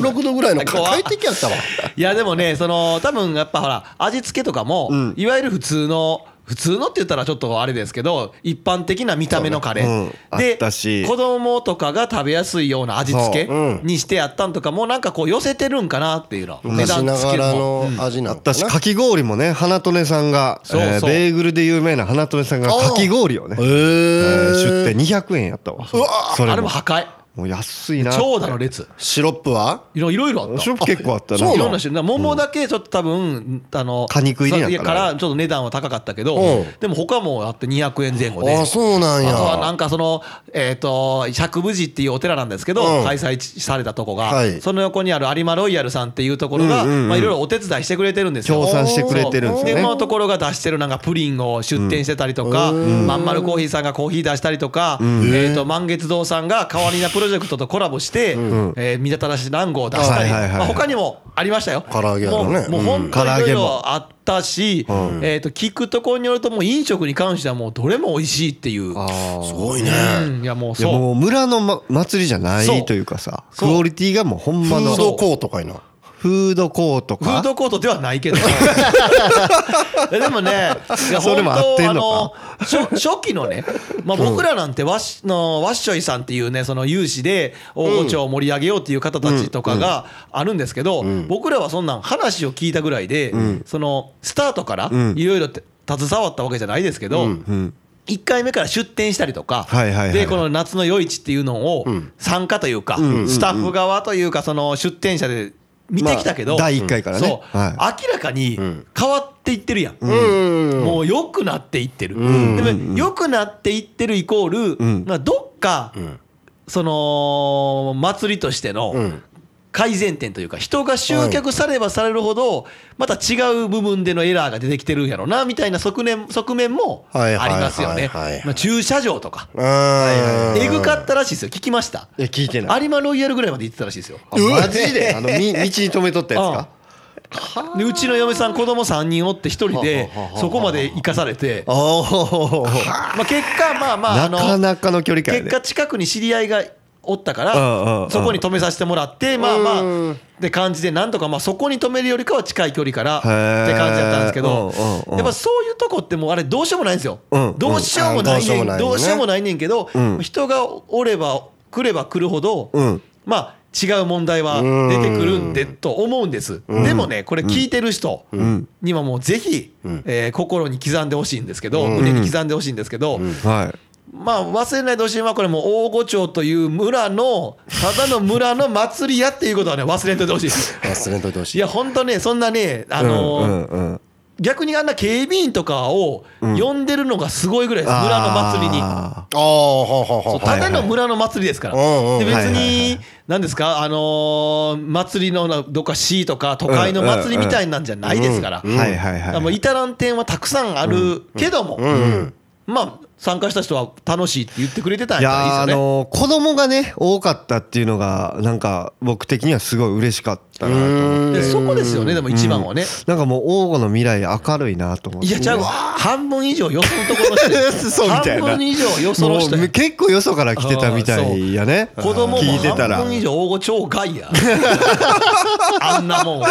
16度ぐらいの
怖
快適やったわ
いやでもねその多分やっぱほら味付けとかも、
ん
いわゆる普通の普通のって言ったらちょっとあれですけど一般的な見た目のカレ
そう
ー、
ねうんあ
で
ったし
子供とかが食べやすいような味付け
そううん
にしてやったんとかもなんかこう寄せてるんかなっていうの値
昔
段
な
付
が
け
ら
も
の味なのか
私
な
かき氷もね花とねさんが
そうそう
えーベーグルで有名な花とねさんがかき氷をね、
へ
えー
ー
出店200円やったわ
うわ
そ
あ
れ
れ
も
も破壊
もう安いなって
長蛇の列
シロップはい
ろいろいろあった
ショップ結構あったな
そう
い
な
ろん
の
な種類だから桃だけちょっと多分あの
果肉入りなんかな
やからちょっと値段は高かったけど
うん
でも他もあって200円前後で
あそうなんや
あとはなんかそのえっと百無寺っていうお寺なんですけ
う
ど
ん
開催されたとこ
は
が
い
その横にある有馬ロイヤルさんっていうところが
うんうんうん
まあいろいろお手伝いしてくれてるんですよ
協賛してくれてるんですね
そうのところが出してるなんかプリンを出店してたりとかまんまるコーヒーさんがコーヒー出したりとかえっと満月堂さんが変わりなプロロジェクトとコラボして、えー、見たたらし団子を出したり、
はいはいはい
まあ、他にもありましたよ。
唐揚げやろね
もうもう
う
本
ん
当にいろ
唐
い
揚げ
ろ
も
あったし、えー、と聞くところによるともう飲食に関してはもうどれも美味しいっていう。
すごい
うん、いやもう
いや
そう
もう村の、ま、祭りじゃな
そう
いというかさ
そう
クオリティがもうほん
フ
まの
ードコートかいな
フードコート
フー
か
ドコートでは ないけどいやでもねいや
それも合ってんの
本当あの初初期のね、まあ、僕らなんてわしのわっしょいさんっていうねその有志で大御町を盛り上げようっていう方たちとかがあるんですけど、僕らはそんなん話を聞いたぐらいで、そのスタートから
ん
いろいろて携わったわけじゃないですけど。1回目から出店したりとか、
はいはいはい
でこの夏の夜市っていうのを参加というか、スタッフ側というか、その出店者で見てきたけど、
まあ第一回からね
そう、
は
明らかに変わっていってるやん、
うん
もう良くなっていってる、でも良くなっていってるイコール、
ん
まあ、どっか、その祭りとしての、
うん
改善点というか人が集客さればされるほどまた違う部分でのエラーが出てきてるんやろなみたいな側面側面もあ
はい
り
はいはいはい
ますよねまあ駐車場とか
あー
えぐかったらしいですよ聞きました
え聞いてい
有馬ロイヤルぐらいまで行ってたらしいですよ
あマジであのみ道に止めとったやつか
でうちの嫁さん子供3人おって1人でそこまで行かされて
おお
まあ結果まあまあ
な
あの
かなかの距離感や
結
ね
果近くに知り合いがおったか
うんうんう
ら
ん
そこに止めさせてもらってまあま
う
あって感じでなんとかまあそこに止めるよりかは近い距離からって
ー
感じだったんですけど
うんうんうん
やっぱそういうとこってもうあれどうしようもないんですよ
うんうん
どうしようもないねん
あー
ど
ど
う
う
し
し
よ
よ
う
う
も
も
ないねんけど
うん
人がおれば来れば来るほど
うん
まあ違う問題は出てくるんでと思うんですでもねこれ聞いてる人
ん
にはもうぜひえー心に刻んでほしいんですけど胸に刻んでほしいんですけど
はい
まあ忘れないでほしいのはこれもう大御町という村のただの村の祭りやっていうことはね忘れんといてほしいです。
忘れんといてほし
い
い
や本当ねそんなねあのー
うんうんうん
逆にあんな警備員とかを呼んでるのがすごいぐらいです、村の祭りに。
あ
ああはあはあ
そう
はあ
ただの村の祭りですから、
うんうん
で別
はいはいは
に、何ですか、あのー祭りのなどっか市とか都会の祭りみたいなんじゃないですから、
ーはいはい
あの
はい
至らん点はたくさんあるけども、まあ、参加した人は楽しいって言ってくれてたん
い
や
や
ったらいい
ーあ
ですよね。
のー子供がね多かったっていうのがなんか僕的にはすごい嬉しかったなと思って
でそこですよね、でも一番はね。
なんかもう王吾の未来明るいなと思って
いや、ちゃうわ、半分以上よそのところの人や
そうみたいな
半分以上よその人
も
や
う結構よそから来てたみたいやね
子供も
聞いてたら
半分以上大御町外 やあんなもん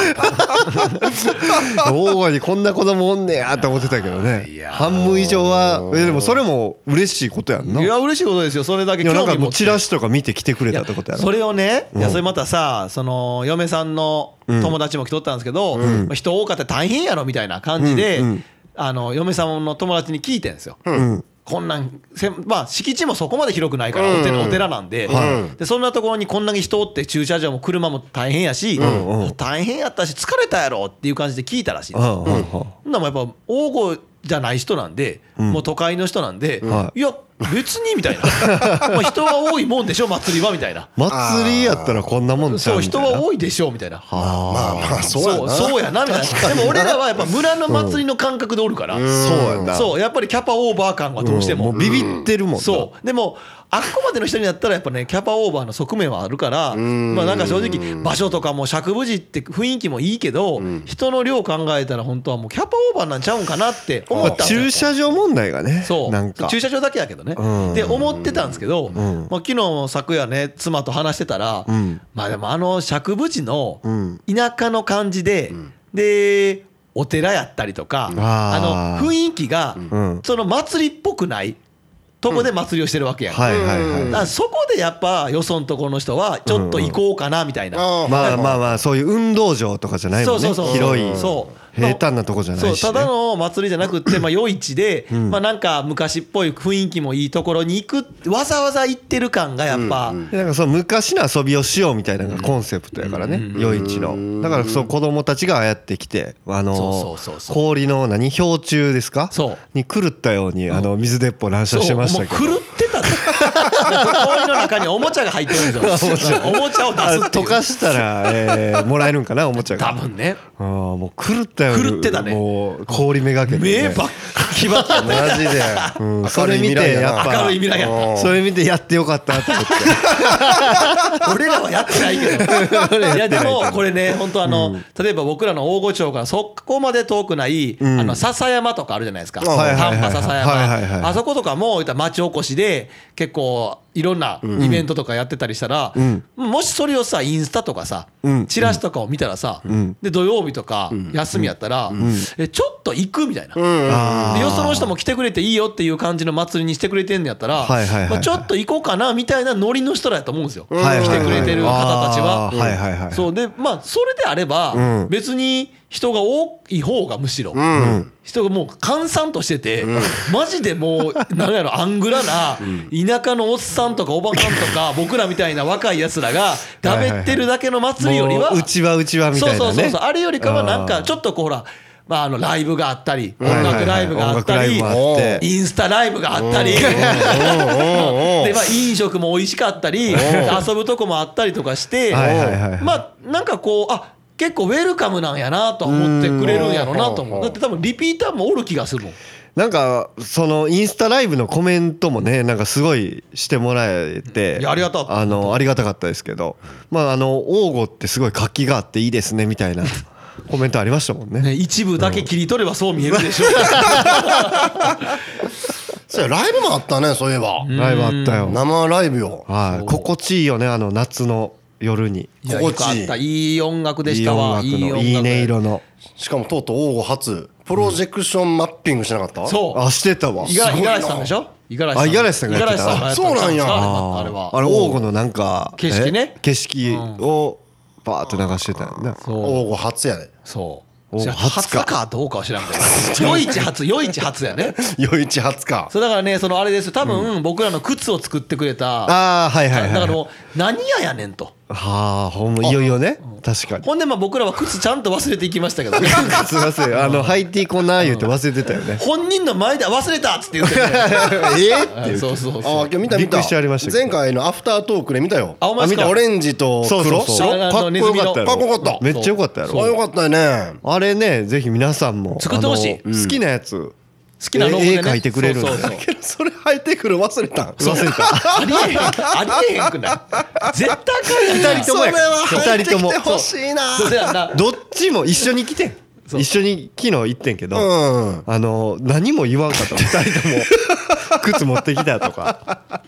大声にこんな子供おんねやと思ってたけどね半分以上はえでもそれも嬉しいことやんないいや
や嬉しいことですよそれだけ興
なんか
味持
も
っ
う
て
チラシとか見て来てくれ
い
た
や
ってことやろ
それをねいやそれまたさその嫁さんの友達も来とったんですけどまあ人多かったら大変やろみたいな感じで
うんうん
あの嫁さんの友達に聞いてんですよ
うん
こんなんせんまあ敷地もそこまで広くないからお寺お寺なんで
は
でそんなところにこんなに人おって駐車場も車も大変やし
んうん
大変やったし疲れたやろっていう感じで聞いたらしいんですよ
うんうんうん
ほんならもうやっぱ王子じゃない人なんで、もう都会の人なんで、
はい
や別にみたいな まあ人は多いもんでしょ祭りはみたいな
祭りやったらこんなもんちゃ
そうう
み
人
たいな
は多いでしょみたいな
あ
まあまあそうやな
そうそうやなみたいなでも俺らはやっぱ村の祭りの感覚でおるから、
ーそうやな
そうやっぱりキャパオーバー感はどうしても,、
んもうビビってるもんな
そうでもあっこまでの人になったらやっぱねキャパオーバーの側面はあるからまあなんか正直場所とかも尺無地って雰囲気もいいけど人の量考えたら本当はもうキャパオーバーなんちゃうんかなって思
ま
っ
あ
たんですよ
駐車場問題がね
そう
なんか
駐車場だけやけどね、
うん
で思ってたんですけど、まあ、昨日昨夜ね妻と話してたら、
ん
まあでもあの尺淵の
うん
田舎の感じで、でお寺やったりとか、あ
あー
の雰囲気が、
うん
その祭りっぽくないとこで祭りをしてるわけやん、
はいはい
だか
は
らそこでやっぱよそのところの人はちょっと行こうかなみたいな、
いまあまあ
あ
まあそういう運動場とかじゃないもんね
そうそうそう
広い
そう
平坦なとこじゃないし
そ
ね
うただの祭りじゃなくって、まあ、夜市で、まあ、なんか昔っぽい雰囲気もいいところに行くわざわざ行ってる感がやっぱ、
でなんかその昔の遊びをしようみたいなのがコンセプトやからね夜市のだからそう子供たちがああやってきてあ
そ
の
うそうそうそう
氷の何氷柱ですか
そう
に狂ったようにあの水鉄砲乱射してましたけ
そうも
ど
う狂ってた氷の中におもちゃが入ってるん ですよ。おもちゃを出
あ
すってい
溶
う。
かしたら、えー、もらえるんかなおもちゃが
多分ね。
あーもう狂ったように
狂ってたね
もう氷めがけて、
目ばっきばっか
マジで
うん、それ見てやっぱ
明るい未来や
うんそれ見てやってよかったと思って
俺らはやってないけどい やでもこれね本当あの、例えば僕らの大御町からそこまで遠くない、あの笹山とかあるじゃないですか
あはいはいはい
丹波笹山、
はいはいはい
あそことかもいったら町おこしで結構いろんなイベントとかやってたりしたら、
ん
もしそれをさインスタとかさ、
うん
チラシとかを見たらさ、で土曜日とか休みやったら、えちょっと行くみたいな。
あ
で
ー
よその人も来てくれていいよっていう感じの祭りにしてくれてんのやったら、
はいはいはい
まあ、ちょっと行こうかなみたいなノリの人らやと思うんですよ、
はいはい
来てくれてる方たちは
あ。ーはいはいはい
そうでまあそれであれ
う
ば
ん
別に人が多い方がむしろ、
うん
人がもう閑散としてて、マジでもう なんやろアングラな田舎のおっさんとかおばさんとか僕らみたいな若いやつ らがだべってるだけの祭りよりは
もううちはうちはみたいなね
そうそうそうそうあれよりかはなん
あ
か
ー
ちょっとこうほらまあ、あのライブがあったり音
はいはいはい
楽ライブがあったり、
音楽ライブもあって
インスタライブがあったり、でまあ、飲食も美味しかったり遊ぶとこもあったりとかして、
はいはいはいはい
まあなんかこうあ結構ウェルカムなんやなと思ってくれるんやろうなと思
う
うんだって多分リピーターもおる気がするもん
なんかそのインスタライブのコメントもねなんかすごいしてもらえて
いやありがたかった
あのありがたかったですけどまああの王吾ってすごい活気があっていいですねみたい なコメントありましたもんね
ね一部だけ切り取ればそう見えるでしょう
そうやライブもあったねそういえば
ライブあったよ
生ライブよ
はい心地いいよねあの夏の夜に
いや
心地いい
よかったいい音楽で
い
し
い
たわ
音楽のいい音色の
しかもとうとう王吾初プロジェクションマッピングしなかった
そう
あしてたわ
五十
すごいな
嵐さんでしょ五十嵐さん
あ五十嵐さんがやってた
五十嵐さがやった
あそうなんや
あれは
あれ王吾のなんか
景色ね
え景色をバーって流してたよね
そう
王吾初やで
そう
お
じゃあ
初か
初かどうかは知らんけど余市初余市初やね
余市初か
そうだからねそのあれですよ多分僕らの靴を作ってくれた
ああはいはいはい
だからもう何屋やねんと
はあほんまいよいよね確かに
ほんでまあ僕らは靴ちゃんと忘れていきましたけ どね
すいませんあの履いていこうな言うて忘れてたよね
本人の前で忘れたっつって言って るえっってそうそう
あ
そ
今日見た
びっく
見た
りしてありましたけど
前回のアフタートークで見たよ
あお前っすか
見たオレンジと
そうそ
黒
うそう
白
かっこよかったやろ
かっこよかった
めっちゃよかったや
そう
ろ
あよかったよね
あれねぜひ皆さんも
作ってほしい
あの好きなやつ
う好きなロゴ
絵
でね
絵描いてくれるんだ
そうそうそう
けどそれ履いてくる忘れたん
忘れた
ありえへんありえへんくない絶対あかんやん
二人ともや二人とも
欲しいな
そうだよな
どっちも一緒に来てん一緒に昨日行ってんけど、
うん
あの何も言わんかった2人とも靴持ってきたとか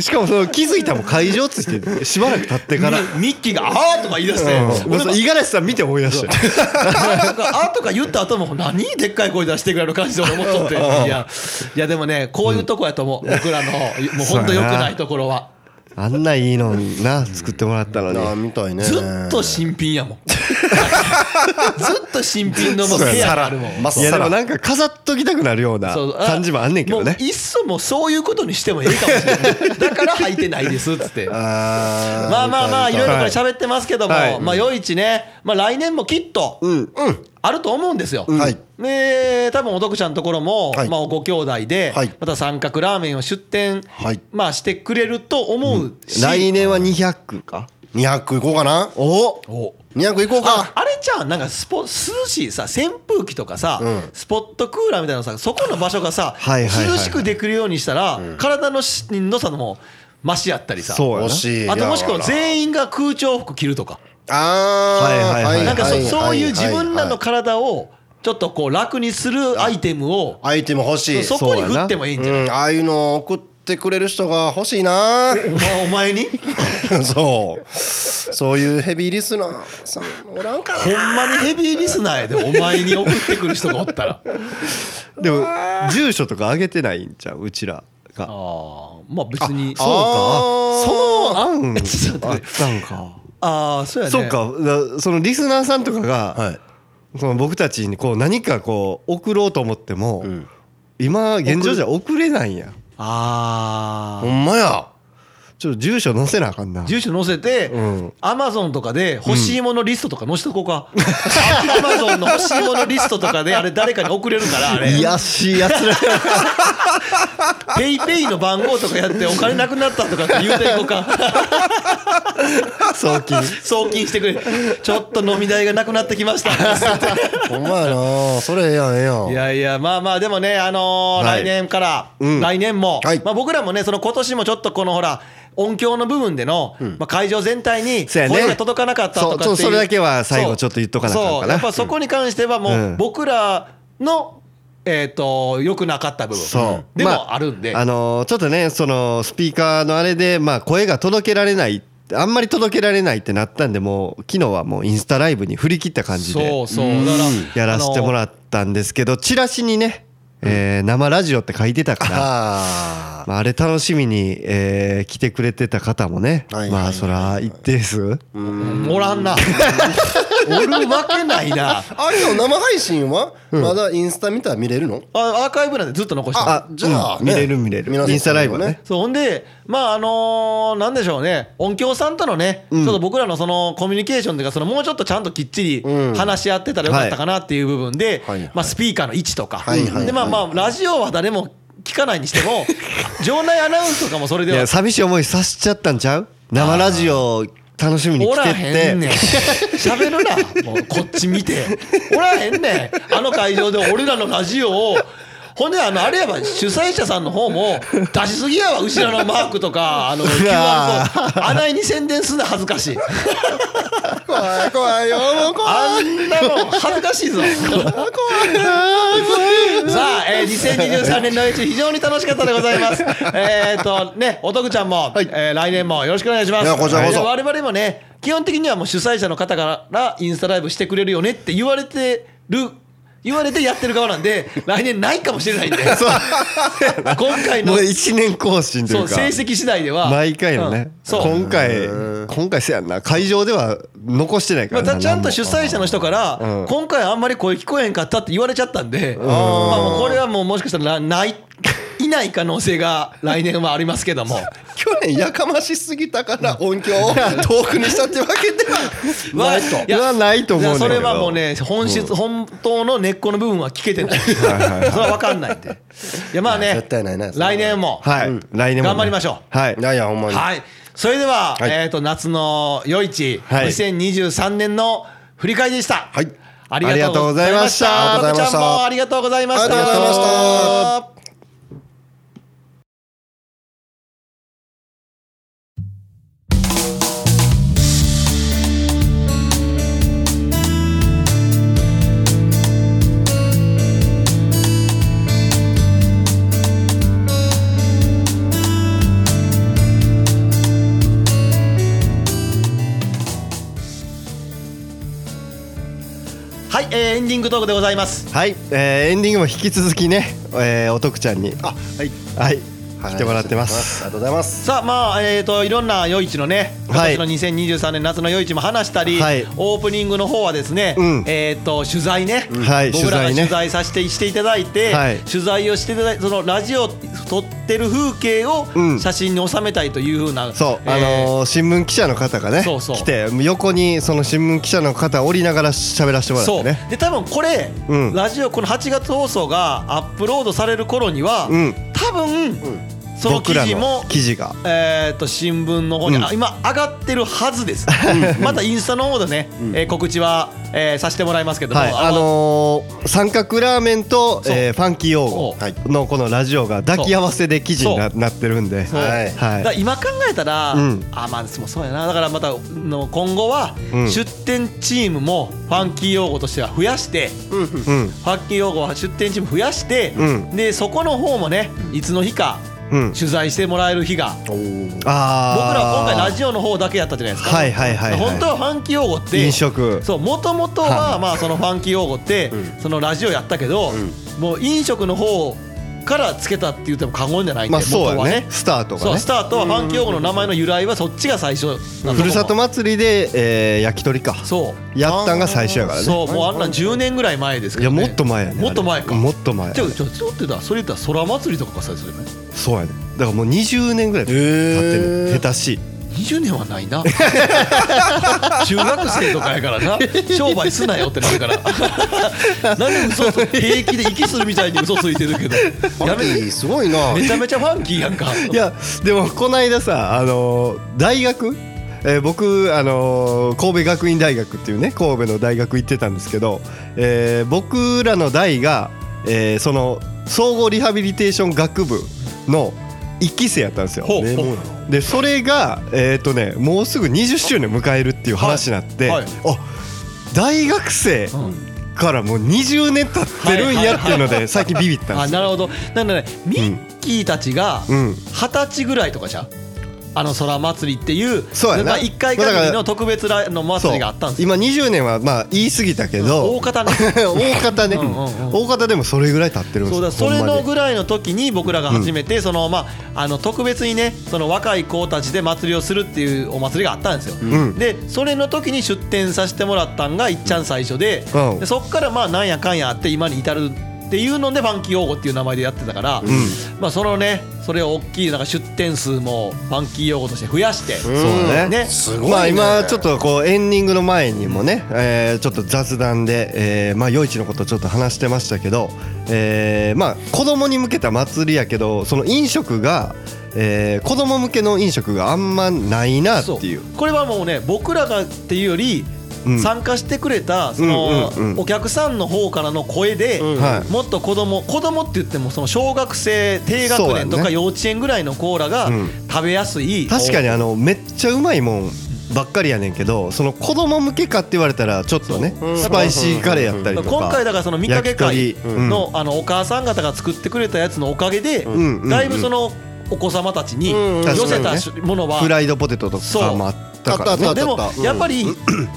しかもその気づいたもん会場ついてしばらく経ってから、うん
ミッキーが「あー」とか言い出して、
まあそう五十嵐さん見て思い出して
なんかあーとか言った後も何でっかい声出してくれる感じで俺思っとっていやいやでもねこういうとこやと思う、僕らのもうほんと良くないところは
あんないいのにな作ってもらったのに
なみたいね
ずっと新品やもんずっと新品の もう部屋があるもん
まっ
いやでも
さら
なんか飾っときたくなるような
そうあ
感じもあんねんけどね
もういっそもうそういうことにしてもいいかもしれないだから履いてないですっつって
あー
まあまあまあいろいろこれ喋ってますけども、
はい
まあ余市ね、まあ、来年もきっとあると思うんですよ。
はい
で多分お徳ちゃんのところも、
はい
まあ、ご兄弟で、
はい
また三角ラーメンを出店、
はい
まあ、してくれると思うし、
来年は200か
200いこうかな
お
お
200いこう
あ
か
あれじゃんなんかスポ涼しいさ扇風機とかさ、
うん
スポットクーラーみたいなのさそこの場所がさ、
はいはいはいはい
涼しくできるようにしたら、体のしんどさのもマシやったりさ
そうや
惜
な
しい
あともしくは
や
全員が空調服着るとか。
あ
はい
ー
はいはい
なんかそ
は
そういう自分ら
は
の
い
体をちょっとこう楽にするアイテムを
アイテム欲しい
そこに振ってもいいんじゃない
うんああいうの送ってくれる人が欲しい な
お前に
そうそういうヘビーリスナーさんおらんか
ほんまにヘビーリスナーやでお前に送ってくる人がおったら あ
でも住所とか上げてないんちゃううちらが
あまあ別に
そうか
あ
そ
ー
の案
えちょっと
あ
待
っ
って
たんか
ああそうやね
そうかだそのリスナーさんとかが、
なはい
その僕たちにこう何かこう送ろうと思っても、
ん
今現状じゃ送れないんや
あ
ほ
あ
んまや
ちょっと住所載せなあかんな
住所載せて
ん
アマゾンとかで欲しいものリストとか載せとこうか アマゾンの欲しいものリストとかであれ誰かに送れるからあれ
いやしいやつら
ペイペイの番号とかやってお金なくなったとかって言うていこうか
送金
送金してくれちょっと飲み代がなくなってきました
お前なそれええやんええや ん
いやいやまあまあでもねあのー
はい
来年から、
うん
来年も、
はい
まあ僕らもねその今年もちょっとこのほら音響の部分での、まあ会場全体に
そう
声
やね
が届かなかったとかっていう
そうそうそれだけは最後
そう
ちょっと言っとかなあかんかな
そうやっぱそこに関してはも
う
うん僕らのえっ、と良くなかった部分
そう
で
ま
もあるんで、
あのーちょっとねそのスピーカーのあれで、まあ、声が届けられないあんまり届けられないってなったんでもう昨日はもうインスタライブに振り切った感じ
そ
で
うそうだから
やらせても
っ
らったんですけどチラシにね、えー生ラジオって書いてたから。
あ
まあ、あれ楽しみに、えー来てくれてた方もね、
はいはいはいはい
まあそら一定数
おらん なおるわけないな
ああいうの生配信はまだインスタ見たら見れるの
あアーカイブなんでずっと残してる
あじゃあね
見れる見れる
皆さん
インスタライブはね
そうほんでまああのーなんでしょうね音響さんとのね、
ん
ちょっと僕らのそのコミュニケーションというかそのもうちょっとちゃんときっちり
うん
話し合ってたらよかったかなっていう部分で、
はいはい
まあ、スピーカーの位置とか、
はいはいはい
でまあまあラジオは誰も聞かないにして も場内アナウンスとかもそれ
い
では
や寂しい思いさせちゃったんちゃう生ラジオ楽しみに
お
来
ら
て
へんねん
って
喋るなもうこっち見ておらへんねんあの会場で俺らのラジオをほんであのあれやば主催者さんの方も出しすぎやわ後ろのマークとかあ の QR コードあないに宣伝すんな恥ずかしい
怖い怖いよもう怖い
あんなの恥ずかしいぞさあ、えー、2023年のうち非常に楽しかったでございます。えっとね、おとぐちゃんも、えー来年もよろしくお願いします。
いやこちらこそ
はい我々もね、基本的にはもう主催者の方からインスタライブしてくれるよねって言われてる。言われてやってる側なんで、来年ないかもしれないんで。今回
も
の
う。1年更新とい
そうう
か
成績次第では
毎回のね、
うんそう
今回今回せやんな会場では残してないか
ま
ら
あ、
な、
だちゃんと主
何も
催者の人から、
うん
今回あんまり声聞こえへんかったって言われちゃったんで、まあ、もうこれはもうもしかしたらなない、いない可能性が来年はありますけども、
去年やかましすぎたから音響 を遠くにしたってわけでは
ない
と
いやないと思うねんけ
そ
ど
れはもうね、本質、本当の根っこの部分は聞けてない、それは分かんないんで、いやまあね、
絶対ないな
来年も、
はい、来年もね
頑張りましょ
はい
いやいやほんまに
はい、それでは、
はい
えー、と夏の夜市、
はい
2023年の振り返りでした。
はい
ありがとうございまし
あ
た。
りがとうございました
ちゃんもありがとうございました。
ありがとうございました
はい、えーエンディングトークでございます。
はい、えーエンディングも引き続きね、えーおとくちゃんに
あはい
はい来てもらってます
ありがとうございます
さあまあえー、といろんな夜市のね今
はい
年の2023年夏の夜市も話したり、
はい
オープニングの方はですね、
うん
えー、と取材ね、
はい
僕らが
取材ね
取材させてしていただいて、
はい
取材をしていただいてそのラジオ撮ってる風景を
うん
写真に収めたいというふうな、
そう、
えー
あのー新聞記者の方がね
そうそう
来て横にその新聞記者の方降りながら喋らせてもらっ
そ
て
う
ね
で多分これ、
うん
ラジオこの8月放送がアップロードされる頃には、
うん
多分、その記
僕ら
事も
の記事が
えー、と新聞の方に、
うん
あ今上がってるはずです、またインスタの方でね、えー告知は、えーさせてもらいますけども、
はいあのー三角ラーメンと、えーファンキー用語
そ
のこのラジオが抱き合わせで記事にななってるんで
そう
はい
だから
はい
今考えたら、
うん
あまあでもそうやなだからまたの今後は、
うん
出店チームもファンキー用語としては増やして、
うん
ファンキー用語は出店チーム増やして、
うん
でそこの方もねいつの日か
うん
取材してもらえる日が
おー
あ
僕らは今回ラ
ジ
ジオの方だけやったじゃないですか、
はいはいはいはい
本当はファンキー用語って
飲食
そうもともと
は
はいまあそのファンキー用語って
ん
そのラジオやったけど
ん
もう飲食の方からつけたって言っても過言じゃないんで
まあそう
元
や
は
ねスタート
そ
が
う
ね
スタートはファンキー用語の名前の由来はそっちが最初な
ふるさと
も
祭りで、えー焼き鳥か
そう
やったんが最初やからね
そうもうあんなん10年ぐらい前です
い
け
や
どね
もっと前やね
もっと前
あ
か
れもっと前
ちょちょちょっとだそれ言ったら空祭りとかが最初じゃない
そうやねだからもう20年ぐらい経ってる
へー
下手しい
20年はないな 中学生とかやからな商売すなよってな るから何嘘つ平気で息するみたいに嘘ついてるけど
や
やめて
めすごいな
めちゃめちゃファンキーやんか
いやでもこの間さあのー大学えー僕、あのー神戸学院大学っていうね神戸の大学行ってたんですけど、えー僕らの代が、えーその総合リハビリテーション学部の1期生やったんですよ。
ほう
名門やな
でそれが、えーとね、もうすぐ20周年迎えるっていう話になって、
はいはい
あ大学生
うん
からもう20年経ってるんやっていうので最近ビビったん
あ
ですよ。
なるほどなんだねミッキーたちが
うん
二十歳ぐらいとかじゃんあの空祭りっていう
そうやな
まあ一回限りの特別なの
そ
祭
う
りがあったんですよ
今20年はまあ言い過ぎたけど、
大方ね
大方ね、
うんうんうん
大方でもそれぐらい経ってるんです
そうだそれのぐらいの時に僕らが初めてそのまああの特別にねその若い子たちで祭りをするっていうお祭りがあったんですよ、
ん
でそれの時に出店させてもらったんがいっちゃん最初で,、
うん
でそっからまあなんやかんやあって今に至るっていうのでファンキー用語っていう名前でやってたから、まあそのねそれを大きいなんか出店数もファンキー用語として増やして、
そうだね
ね
すごいね
まあ今ちょっとこうエンディングの前にもね、えーちょっと雑談で、えーまあ夜市のことちょっと話してましたけど、えーまあ子供に向けた祭りやけどその飲食が、えー子供向けの飲食があんまないなっていう
これはもうね僕らがっていうより、
うん
参加してくれたその、
うんうんうん
お客さんの方からの声で、
うん
はい
もっと子供子供って言ってもその小学生低学
そうや
年
ね
とか幼稚園ぐらいのコーラが
うん
食べやすい、
確かにあのめっちゃうまいもんばっかりやねんけどその子供向けかって言われたらちょっとね
そう
スパイシーカレーやったりとか
今回だからその見かけ会
焼き鳥うん
の,、あのお母さん方が作ってくれたやつのおかげで、
んうんうん
だいぶそのお子様たちに
うん
寄せた
確
ものは、
フライドポテトとかもあったからね
そうあっ
でも
ちょっと
やっぱり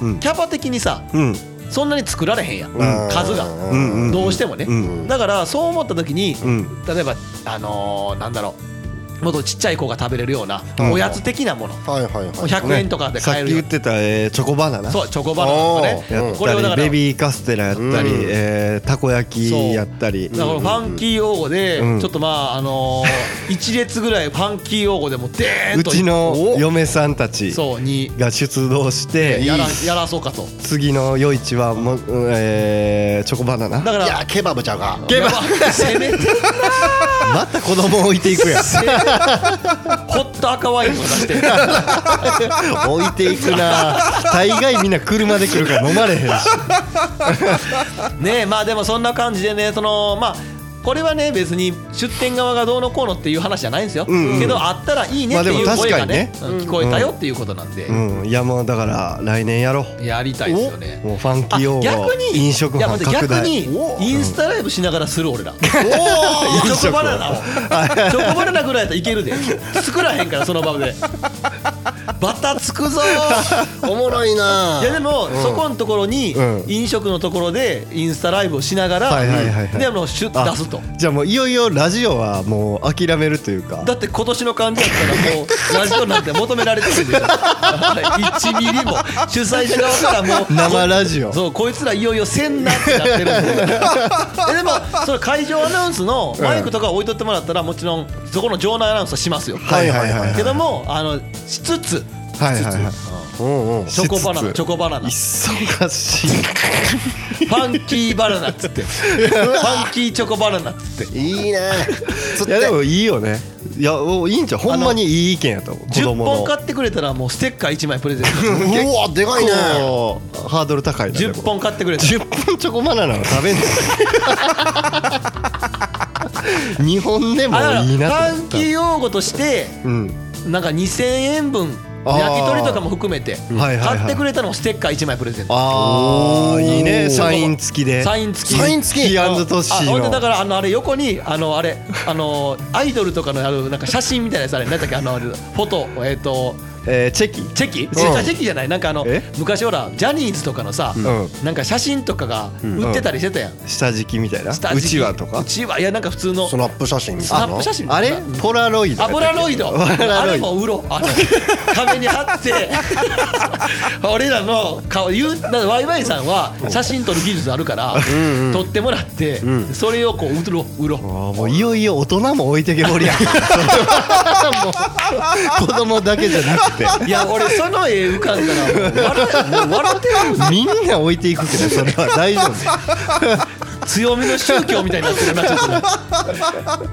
うん
キャパ的にさ
うん
そんなに作られへんやん、
ん
数が。
うんうん
どうしてもね、
うん
だからそう思った時に、
うん
例えばあのーなんだろうもっとちっちゃい子が食べれるような
うん
おやつ的なもの、
はいはいはい
100円とかで
さっ
買え
き
るよ、
言ってた、えーチョコバナナ
そうチョコバナナとか
や
ね、
っ
これを
た
だか
りベ
ら
ビーカステラやったり、
うん
えーたこ焼きやったり
だからファンキー用語で、
うん
ちょっとまああのー一列ぐらいファンキー用語でもでー
うん
と
ちの嫁さんたち
そうに
が出動して
やらやらそうかと
次の夜市はもう、うんえーチョコバナナ
だか
い
ら
やケバブちゃうか
やば せめて
また子供置いていく やん
ホット赤ワインを出して
置いていくな大概みんな車で来るから飲まれへんし
ねえまあでもそんな感じでねそのまあこれはね別に出店側がどうのこうのっていう話じゃないんですよ、
うんうん
けどあったらいいねっていう
まあでも確
声
か
が
にね
ね,、聞こえたよっていうことなんで、
うんいやもうだから来年やろう
やりたいですよね
もうファンキー用語
逆に
飲食
いや
班
待って
拡大
逆にインスタライブしながらする俺らチョコバナナをチョコバナナぐらいやったらいけるで作らへんからその場でバタつくぞ ー
おもろいない
やでも、そこのところに
うん
飲食のところでインスタライブをしながら、
はいはいはいはい
でもシュッ
あ
出すと
じゃあもういよいよラジオはもう諦めるというか
だって今年の感じだった らもうラジオなんて求められてるんでしょ1ミリも主催者側からもう
生ラジオ
そうこいつらいよいよせんなってなってる んでえでもそれ会場アナウンスのマイクとか置いとってもらったらもちろんそこの場内アナウンスはしますよ、
はいはいはいはい
けどもあのしつつ
はいはいはい
うんうん
チョコバナ
しつ
ナ
つ
チョコバナナ
忙しい
ファンキーバナナっ つってファンキーチョコバナナっつって
いいねつっ
いやで
て
もいいよねいやおいいんちゃうほんまにいい意見やと思う子
10
供
本
の
買ってくれたらもうステッカー1枚プレゼン
うわでかいね
こうハードル高い
ト
なでも
10本買ってくれたら
10本チョコバナナは食べんの 日本でも
あだから
いいなと
ファ
思
ン
っ
キ
た
ー用語として
うん
なんか2000円分
あー
焼き鳥とかも含めて
はいはいはい
買ってくれたのもステッカー1枚プレゼント
あーいいね
おー
サイン付きで
サイン付き
サイン
サイン付
付
き
きアンドトッシ
あ
ー
ほんでだか
の
らあのあれ横にあのあれあのアイドルとかのあるなんか写真みたいなやつあれ何だっけあのあれフォトえっ、と
えーチェキ
チェキ、
ん
チェキじゃないなんかあの
え
昔ほらジャニーズとかのさ、
ん
なんか写真とかが売ってたりしてたやん、
下敷きみたいなう
下敷き
ちわとか
うちわいやなんか普通の
スナップ写真み
ス
たいな
ナップ写真
あれポラロイド
あポラロイド
ポラロイド
あれもうろあの壁に貼って 俺らの顔言うだからワイワイさんは写真撮る技術あるから撮ってもらってそれをこう売ろう売ろう
あーもう いよいよ大人も置いてけぼりやそれはもう子供だけじゃなくって
いや俺その絵浮かんだら笑もう笑ってやる
みんな置いていくけどそれは大丈夫
強みの宗教みたいになってるなちょっとね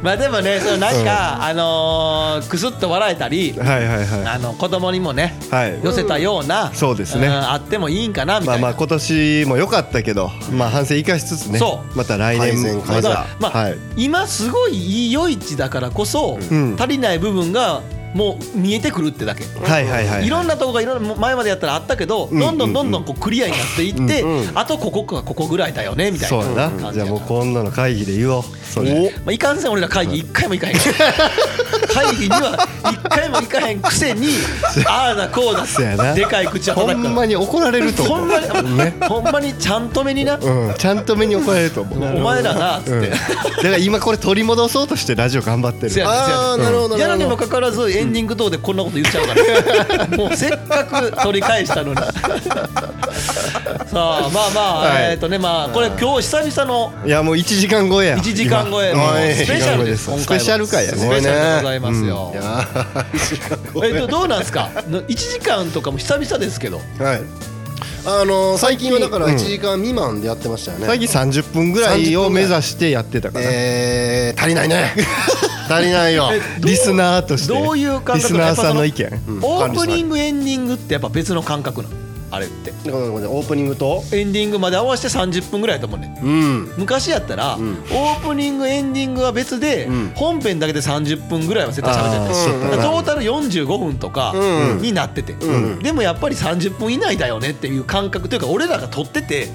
まあでもねそのなんか、あのー、くすっと笑えたり、
はいはいは
あの子供にもね、
いはい
寄せたような、
そうですね
んあってもいいんかなみ
ま
た
あ
いな。
まあ今年も良かったけど、まあ反省生かしつつね
そう、
また来年
改善
もま
だから
た、
まあ
はい、
今すごいいい夜市だからこそ、
ん
足りない部分がもう見えてくるってだけ、
はいはいはい
い、ろんなとこがいろんな前までやったらあったけど、
ん
どんどんどんどんこうクリアになっていって、
うん
あとここかここぐらいだよねみたい
そう
な
だ
感
な
じ
じゃ
や
あも
から
う今度の会議で言おうそれ
まあ、いかんせん俺ら会議一回も行かへん 会議には一回も行かへんくせにああだこうだ
そうやな
でかい口は
ほ
叩
ん
く
まに怒られると
ほ
思
ん
う
まに、
ね
ほんまにちゃんと目に
う
な、
んちゃんと目に怒られると思う
お前らなっつ
うん、
って
だ、から今これ取り戻そうとしてラジオ頑張ってる
せやねんせやねん
ああなるほど
や
な
ら
る
に
ほ
も
ど
かかわらずエンディングどうでこんなこと言っちゃう から、もうせっかく取り返したのにさあまあまあ、
はい
えっ、とねまあこれ今日久々の
いやもう1時間超えや
1時間超え
今
もう
はい
スペシャルです
1
今
時間超えス
回は
ペシャル回やね
スペシャルでございますよ、
ご め
え
ん
っとどうなんですかの1時間とかも久々ですけど
はいあのー最近はだから
うん
1時間未満でやってましたよね
最近30分ぐらいを目指してやってたから、
えー足りないね足りないよ
リスナーとして
どういう感覚
リスナーさんの意見
ん
オープニングエンディングってやっぱ別の感覚なのあれって
ごめんごめんオープニングと
エンディングまで合わせて30分ぐらいだと思うね
うん
昔やったら、
ん
オープニングエンディングは別で、
ん
本編だけで30分ぐらいは絶対喋って
あー
る
そうだな
だからトータル45分とか
うん
になってて、
うん
でもやっぱり30分以内だよねっていう感覚というか俺らが撮ってて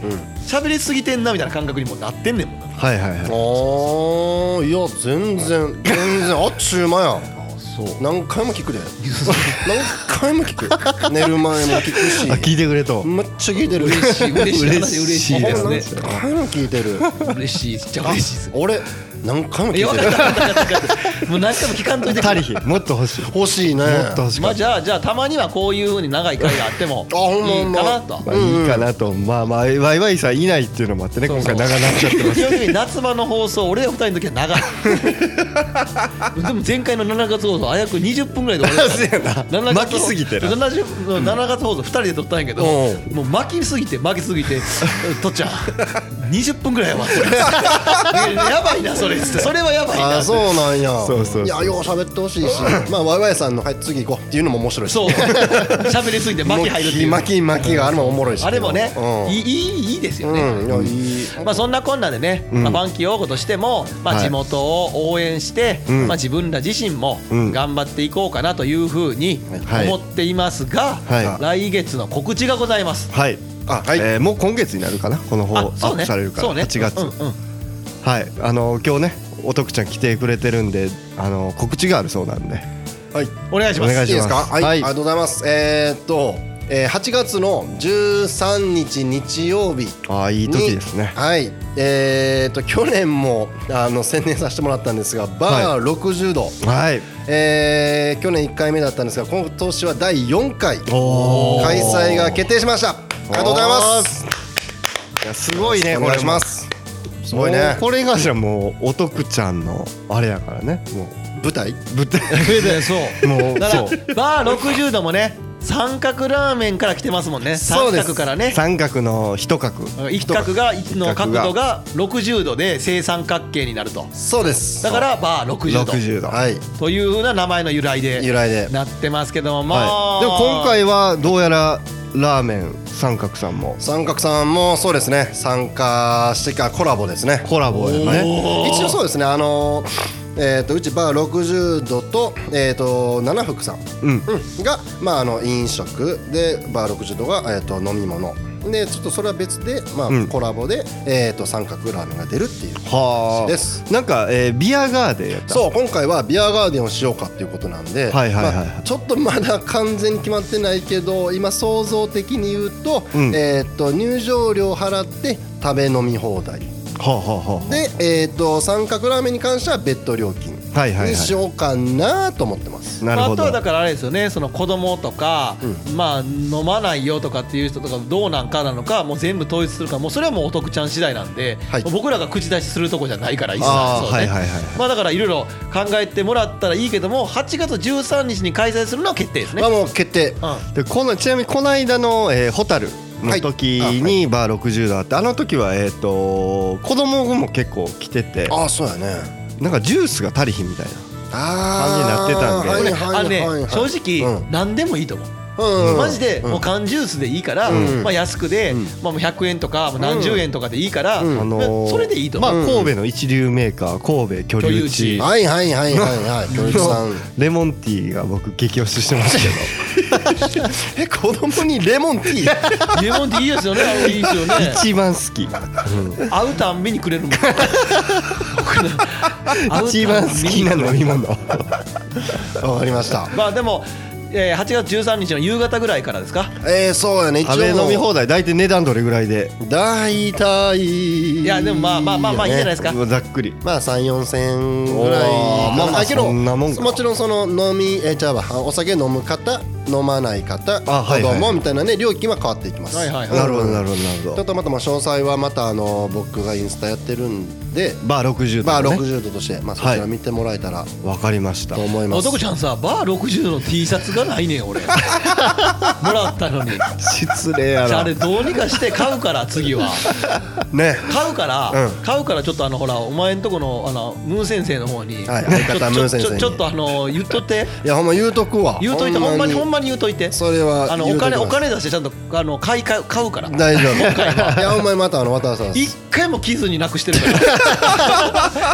喋、りすぎてんなみたいな感覚にもなってんねんもんな
はいはいはい
ああいや全然全然あっちゅう間や
そう
何回も聞くで何回も聞く寝る前も聞くし
あ聞いてくれと
めっちゃ聞いてる
嬉しい嬉しい話嬉しい
嬉
で
し
す
い
ね
何回も聞いてる
嬉しいじゃ嬉しいです
俺何回も聞い
いや分
て
かった
る
分かった分かったもう何回も聞かんといて
足りひんもっと欲しいもっ
欲しいね
と欲しか
まあ
った
じゃあじゃあたまにはこういうふうに長い回があっても
あほんま
いい
ほんま
かなと
まあいいかなと、まあまあワイワイさんいないっていうのもあってね
そうそう
今回長なっちゃってます
要するに夏場の放送俺ら二人の時は長いでも前回の7月放送あやく20分ぐらいで終わりました7月
巻きすぎてな
70の7月放送2人で撮ったんやけど
お
もう巻きすぎて巻きすぎて 「とっちゃん20分ぐらいは待ってる」でやばいなそれ」つって「それはやばい
あ
な」
ーそうなんや
そうそうそう
いやよう喋ってほしいしまあワイワイさんの「はい次行こう」っていうのも面白いし
そう喋りすぎて巻き入るっていう
巻き巻きがあれもおもろいし
あれもね
うん
いいいいいいですよね、
うんいやいい
まあ、そんなこんなでね、まあ、ファンキー王子としても、まあ、
はい
地元を応援して、
ん
まあ、自分ら自身も
うん
頑張っていこうかなというふうに
はい
思っていますが、
は
来月の告知がございます。
はい
あはい
えーもう今月になるかなこの方ア
あ
ッ
そうね
プされるから、
そうね
8月、
うんうん
はいあの今日ねおとくちゃん来てくれてるんであの告知があるそうなんで
はい
お願いします
お願いします
いいですかはい、
はい
ありがとうございますえーっと、えー、8月の13日日曜日
ああいい
に
時ですね
はいえーっと去年もあの宣伝させてもらったんですがバー60度、
はい
えー去年1回目だったんですが今年は第4回開
おー
催が決定しましたありがとうございます
いやすごいね
お願いしますすごい
もう
ね
これがじゃあもうおとくちゃんのあれやからねも
舞台
う舞台
ねそう
もう
だ
そう
からバー60度もね三角ラーメンから来てますもんね
そう
三
です
角からね
三角の一角
一角が一の角度
一角
が60度で正三角形になると
そうです
だからバー60度
60度、
はい
というふうな名前の由来で
由来で
なってますけども、まあ、
はい、でも今回はどうやらラーメン三角さんも
三角さんもそうですね参加してからコラボですね
コラボやね
一応そうですねあのえー、とうちバー60度と,、えー、と七福さん
うん
うんが、まあ、あの飲食でバー60度が、えー、と飲み物でちょっとそれは別で、まあ
うん
コラボで、えー、と三角ラーメンが出るっていう
はあ
です
なんか、えービアガーデンやった
そう今回はビアガーデンをしようかっていうことなんで、
はいはいはいはい
まあちょっとまだ完全に決まってないけど今想像的に言うと,、
うん
えー、と入場料払って食べ飲み放題
はあはあはあ
で、えー、と三角ラーメンに関しては別途料金
はいはいはい
にしようかなと思ってます。
なるほ
あと
ど
はだからあれですよねその子供とか、まあ飲まないよとかっていう人とかどうなんかなのかもう全部統一するかもうそれはもうお得ちゃん次第なんで、
はい
僕らが口出しするとこじゃないから一切
あー
そうね
はいはいはいはい
まあだからいろいろ考えてもらったらいいけども8月13日に開催するのは決定ですね。
まあもう決定。
うん
でこのちなみにこの間のえーホタルの時にバー60度あってあの時はえっと子供も結構来てて
ああそうやね。
なんかジュースが足りひんみたい
ああ。
感じになって
あのね、正直、
うん
何でもいいと思う、
直
マジでもう缶ジュースでいいから、
うん
まあ、安くで、
うん
まあ、もう100円とかもう何十円とかでいいから、
うん
なあのー
それでいいと思
まあ
う、
神戸の一流メーカー神戸居留地
居
はいはいはいはい はい。教育さん
の。レモンティーが僕激推ししてますけど
え子供にレモンティー。
レモンティーいいですよねあのいいですよね
一番好き
会うたんびにく れるもん僕ね会うたんびに
一番好きな飲み物
わかりました。
まあでも、えー、8月13日の夕方ぐらいからですか
えー、そうやね。一応
食べ飲み放題大体値段どれぐらいで
大体い
いやでもまあまあまあまあいいじゃないですか
ざっくり
まあ3 4千円ぐらい
おーまあまあ
だけど
そんなもんか
ちろんその飲みえーじゃああお酒飲む方飲まない方子
あはいはい
供みたいなね料金は変わっていきます
はいはいはい
なるほどなるほどなるほ
ちょ
ど
っとまたまあ詳細はまたあの僕がインスタやってるんで
バー60度
まあ
ね
60度としてまあそちら見てもらえたら
わかりました
と思いま
お
す
とこちゃんさバー60の T シャツがないねん 俺もらったのに
失礼や
じゃああ
な
れどうにかして買うから次は
ね
買うから、
うん
買うからちょっとあのほらお前んとこのあのムー先生の方に、
はい相方
ちょ
ムー先生に
ちょちょちょっとあの言っとって
いやほんま言うとくわ
言うといてほんまにほん
ま
まに言うといて
それは
あの
言
お
うと
金
きます
お金出してちゃんとあの買い買う買うから
大丈夫いやほんまにまたあの渡辺さん
一回も着ずになくしてるから。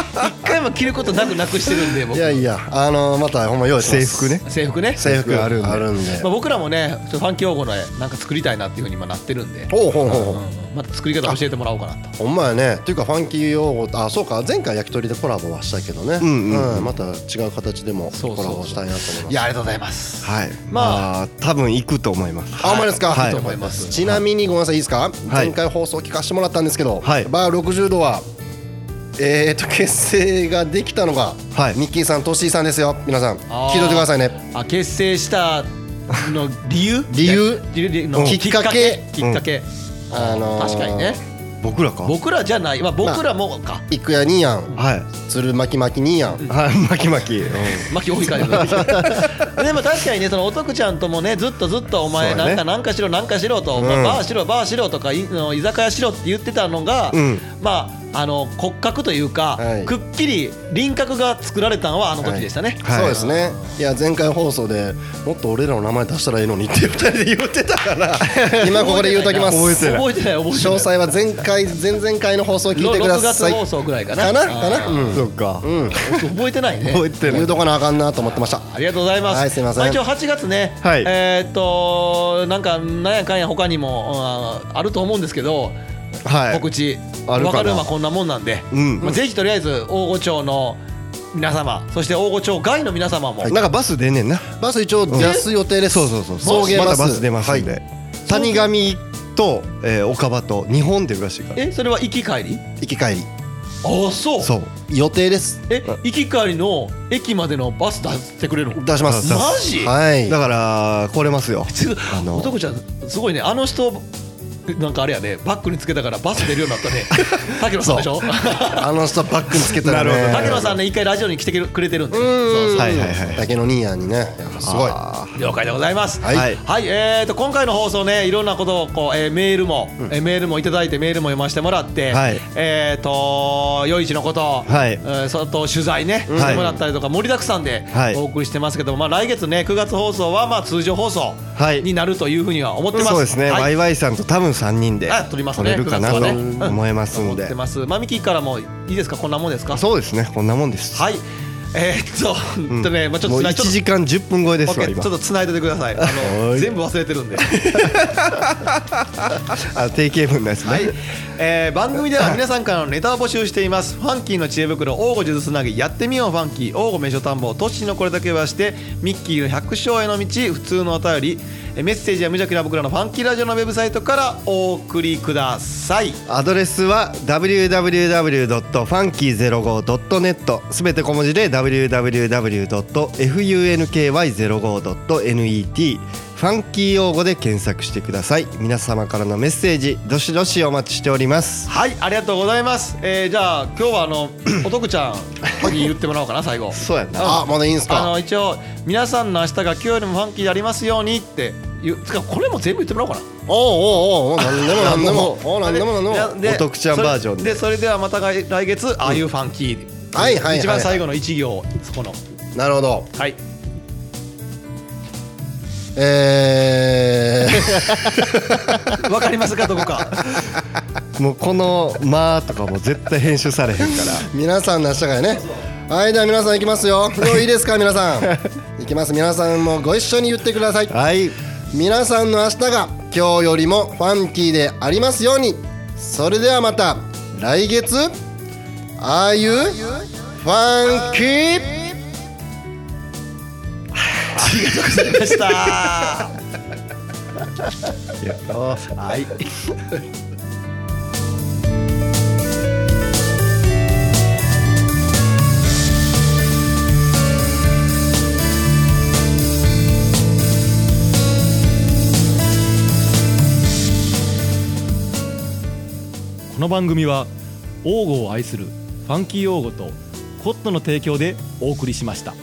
一回も着ることなくなくしてるんで、僕
い。やいやあのまたほんま用意しま
制
す
服ね
制服ね。
制服あるんで
あるんで
まあ、僕らもね、ちょっとファンキー用語の絵なんか作りたいなっていうふうに今なってるんで。
ほうほうほうほう
うんまた作り方教えてもらおうかなと。
ほんまやねっていうかファンキー用語あそうか前回焼き鳥でコラボはしたけどね、
うんうん
また違う形でもコ
そうそうそう
ラボしたいなと思います
いや、ありがとうございます。
はい
ま
まあ多分行くと思います
あほんまですか、
はい
いいと思いますちなみにごめんなさいいいですか、前回放送聞かせてもらったんですけど、
はい
バー60度はえー、と結成ができたのが、
はい
ミッキーさんトッシーさんですよ皆さん
あー
聞いといてくださいね
あ、結成したの理由。
理由
理理の
きっかけ
きっかけ。あ
あの
の
ー
確かにね。
僕らか
僕らじゃない、まあ、僕らもか。
いくやにやん
はい
鶴巻巻にやん、
はい巻き巻き
巻き多いから でも確かにねそのおとくちゃんともねずっとずっとお前
そうや
な
ね
んかなんかしろなんかしろと、
ん
まあバーしろバーしろとかいの居酒屋しろって言ってたのが、
うん
まああの骨格というか、
はい
くっきり輪郭が作られたのはあの時でしたね、
はい
そうですねいや前回放送でもっと俺らの名前出したらいいのにって2人 で言ってたから今ここで言うときます
覚えてない
覚えてない覚えてな
詳
い
細は前回前々回の放送を聞いてくだ
6
さ
月
い
放送ぐらいかな
かなかな
あー
うん
そっか
うん
覚えてないね
覚えてな
言
いう
とかなあかんなと思ってました
ありがとうございます。
はいすいません
あ一応8月ね、
はい
えーっとなんかなんやかんや他にもうんあると思うんですけど、
はい
告知
あるかな
わかるまこんなもんなんで、
うん
まあ、ぜひとりあえず大御町の皆様、そして大御町外の皆様も、
なんかバス出んねんな
バス一応出す予定です
そうそうそう
送迎
ま
バ
た
ス
バス出ますん
はい
で谷上とえー岡場と日本でるらしいから
えそれは行き帰り？
行き帰
あそう。
そう
り予定です
え行き帰りの駅までのバス出してくれるの？
出します
あ
マジ？
はい
だから来れますよ
ちょっと
あの
男ちゃんすごいねあの人なんかあれやねバックにつけたからバス出るようになったね竹野さんでし ょ
あの人バックにつけたらね
なるほど
竹野さんね一回ラジオに来てくれてるんで
うーん
はいはいはい
竹野兄やんにねやっぱすごい
あー
了解でございます
はい
はい
はい、えー、と今回の放送ねいろんなことをこう、えーメールも、えーメールもいただいてメールも読ませてもらって、
はい
えー、と夜市のこと、
はい
えーそれと取材ね、
ん
してもらったりとか盛りだくさんで
はい
お送りしてますけども、まあ、来月ね9月放送はまあ通常放送
はい
になるというふうには思ってます。
そうですね、
はい
ワイワイさんと多分3人で
あ撮りますね
れるかなと
九月はねうん
思いますん
思っ
で、
てます。まみきからもいいですかこんなもんですか。
そうですねこんなもんです、
はい。えー、っと、ほんとね、まあちょっ
も
と
う
つ
1
ないちょっと
時間10分超えで
オッ
す
ケ
わ
ーちょ
今
っと繋いでてください。あの全部忘れてるんで。
あ定型文のやつね、
はい、えー番組では皆さんからのネタを募集していますファンキーの知恵袋王吾術つなぎやってみようファンキー王吾名所探訪トッシーのこれだけはしてミッキーの百姓への道普通のお便りえーメッセージは無邪気な僕らのファンキーラジオのウェブサイトからお送りください
アドレスは www.funky05.net すべて小文字で www.funky05.net ファンキー用語で検索してください皆様からのメッセージどしどしお待ちしております
はいありがとうございます、えー、じゃあ今日はあの おとくちゃんに言ってもらおうかな最後
そうやな
あまだいいんす
あ
か
の一応皆さんの明日が今日よりもファンキーでありますようにって言うつかこれも全部言ってもらおうかな
おうおうおう何でも何でもおう何でも何でも
いや
お得ちゃん
それ
バージョンで
でそれではまたが来月ああいうファンキー、
はいはいはいはい
一番最後の一行そこの
なるほど
はい
え ー
わかりますかどこか
もうこの「まあ」とかも絶対編集されへんから
皆さんの明日がねはいでは皆さん行きますよもういいですか 皆さん行きます皆さんもご一緒に言ってくだ さい
はい
皆さんの明日が今日よりもファンキーでありますようにそれではまた来月ああいうファンキー
でした
はい
この番組は王語を愛するファンキー王語とコットの提供でお送りしました。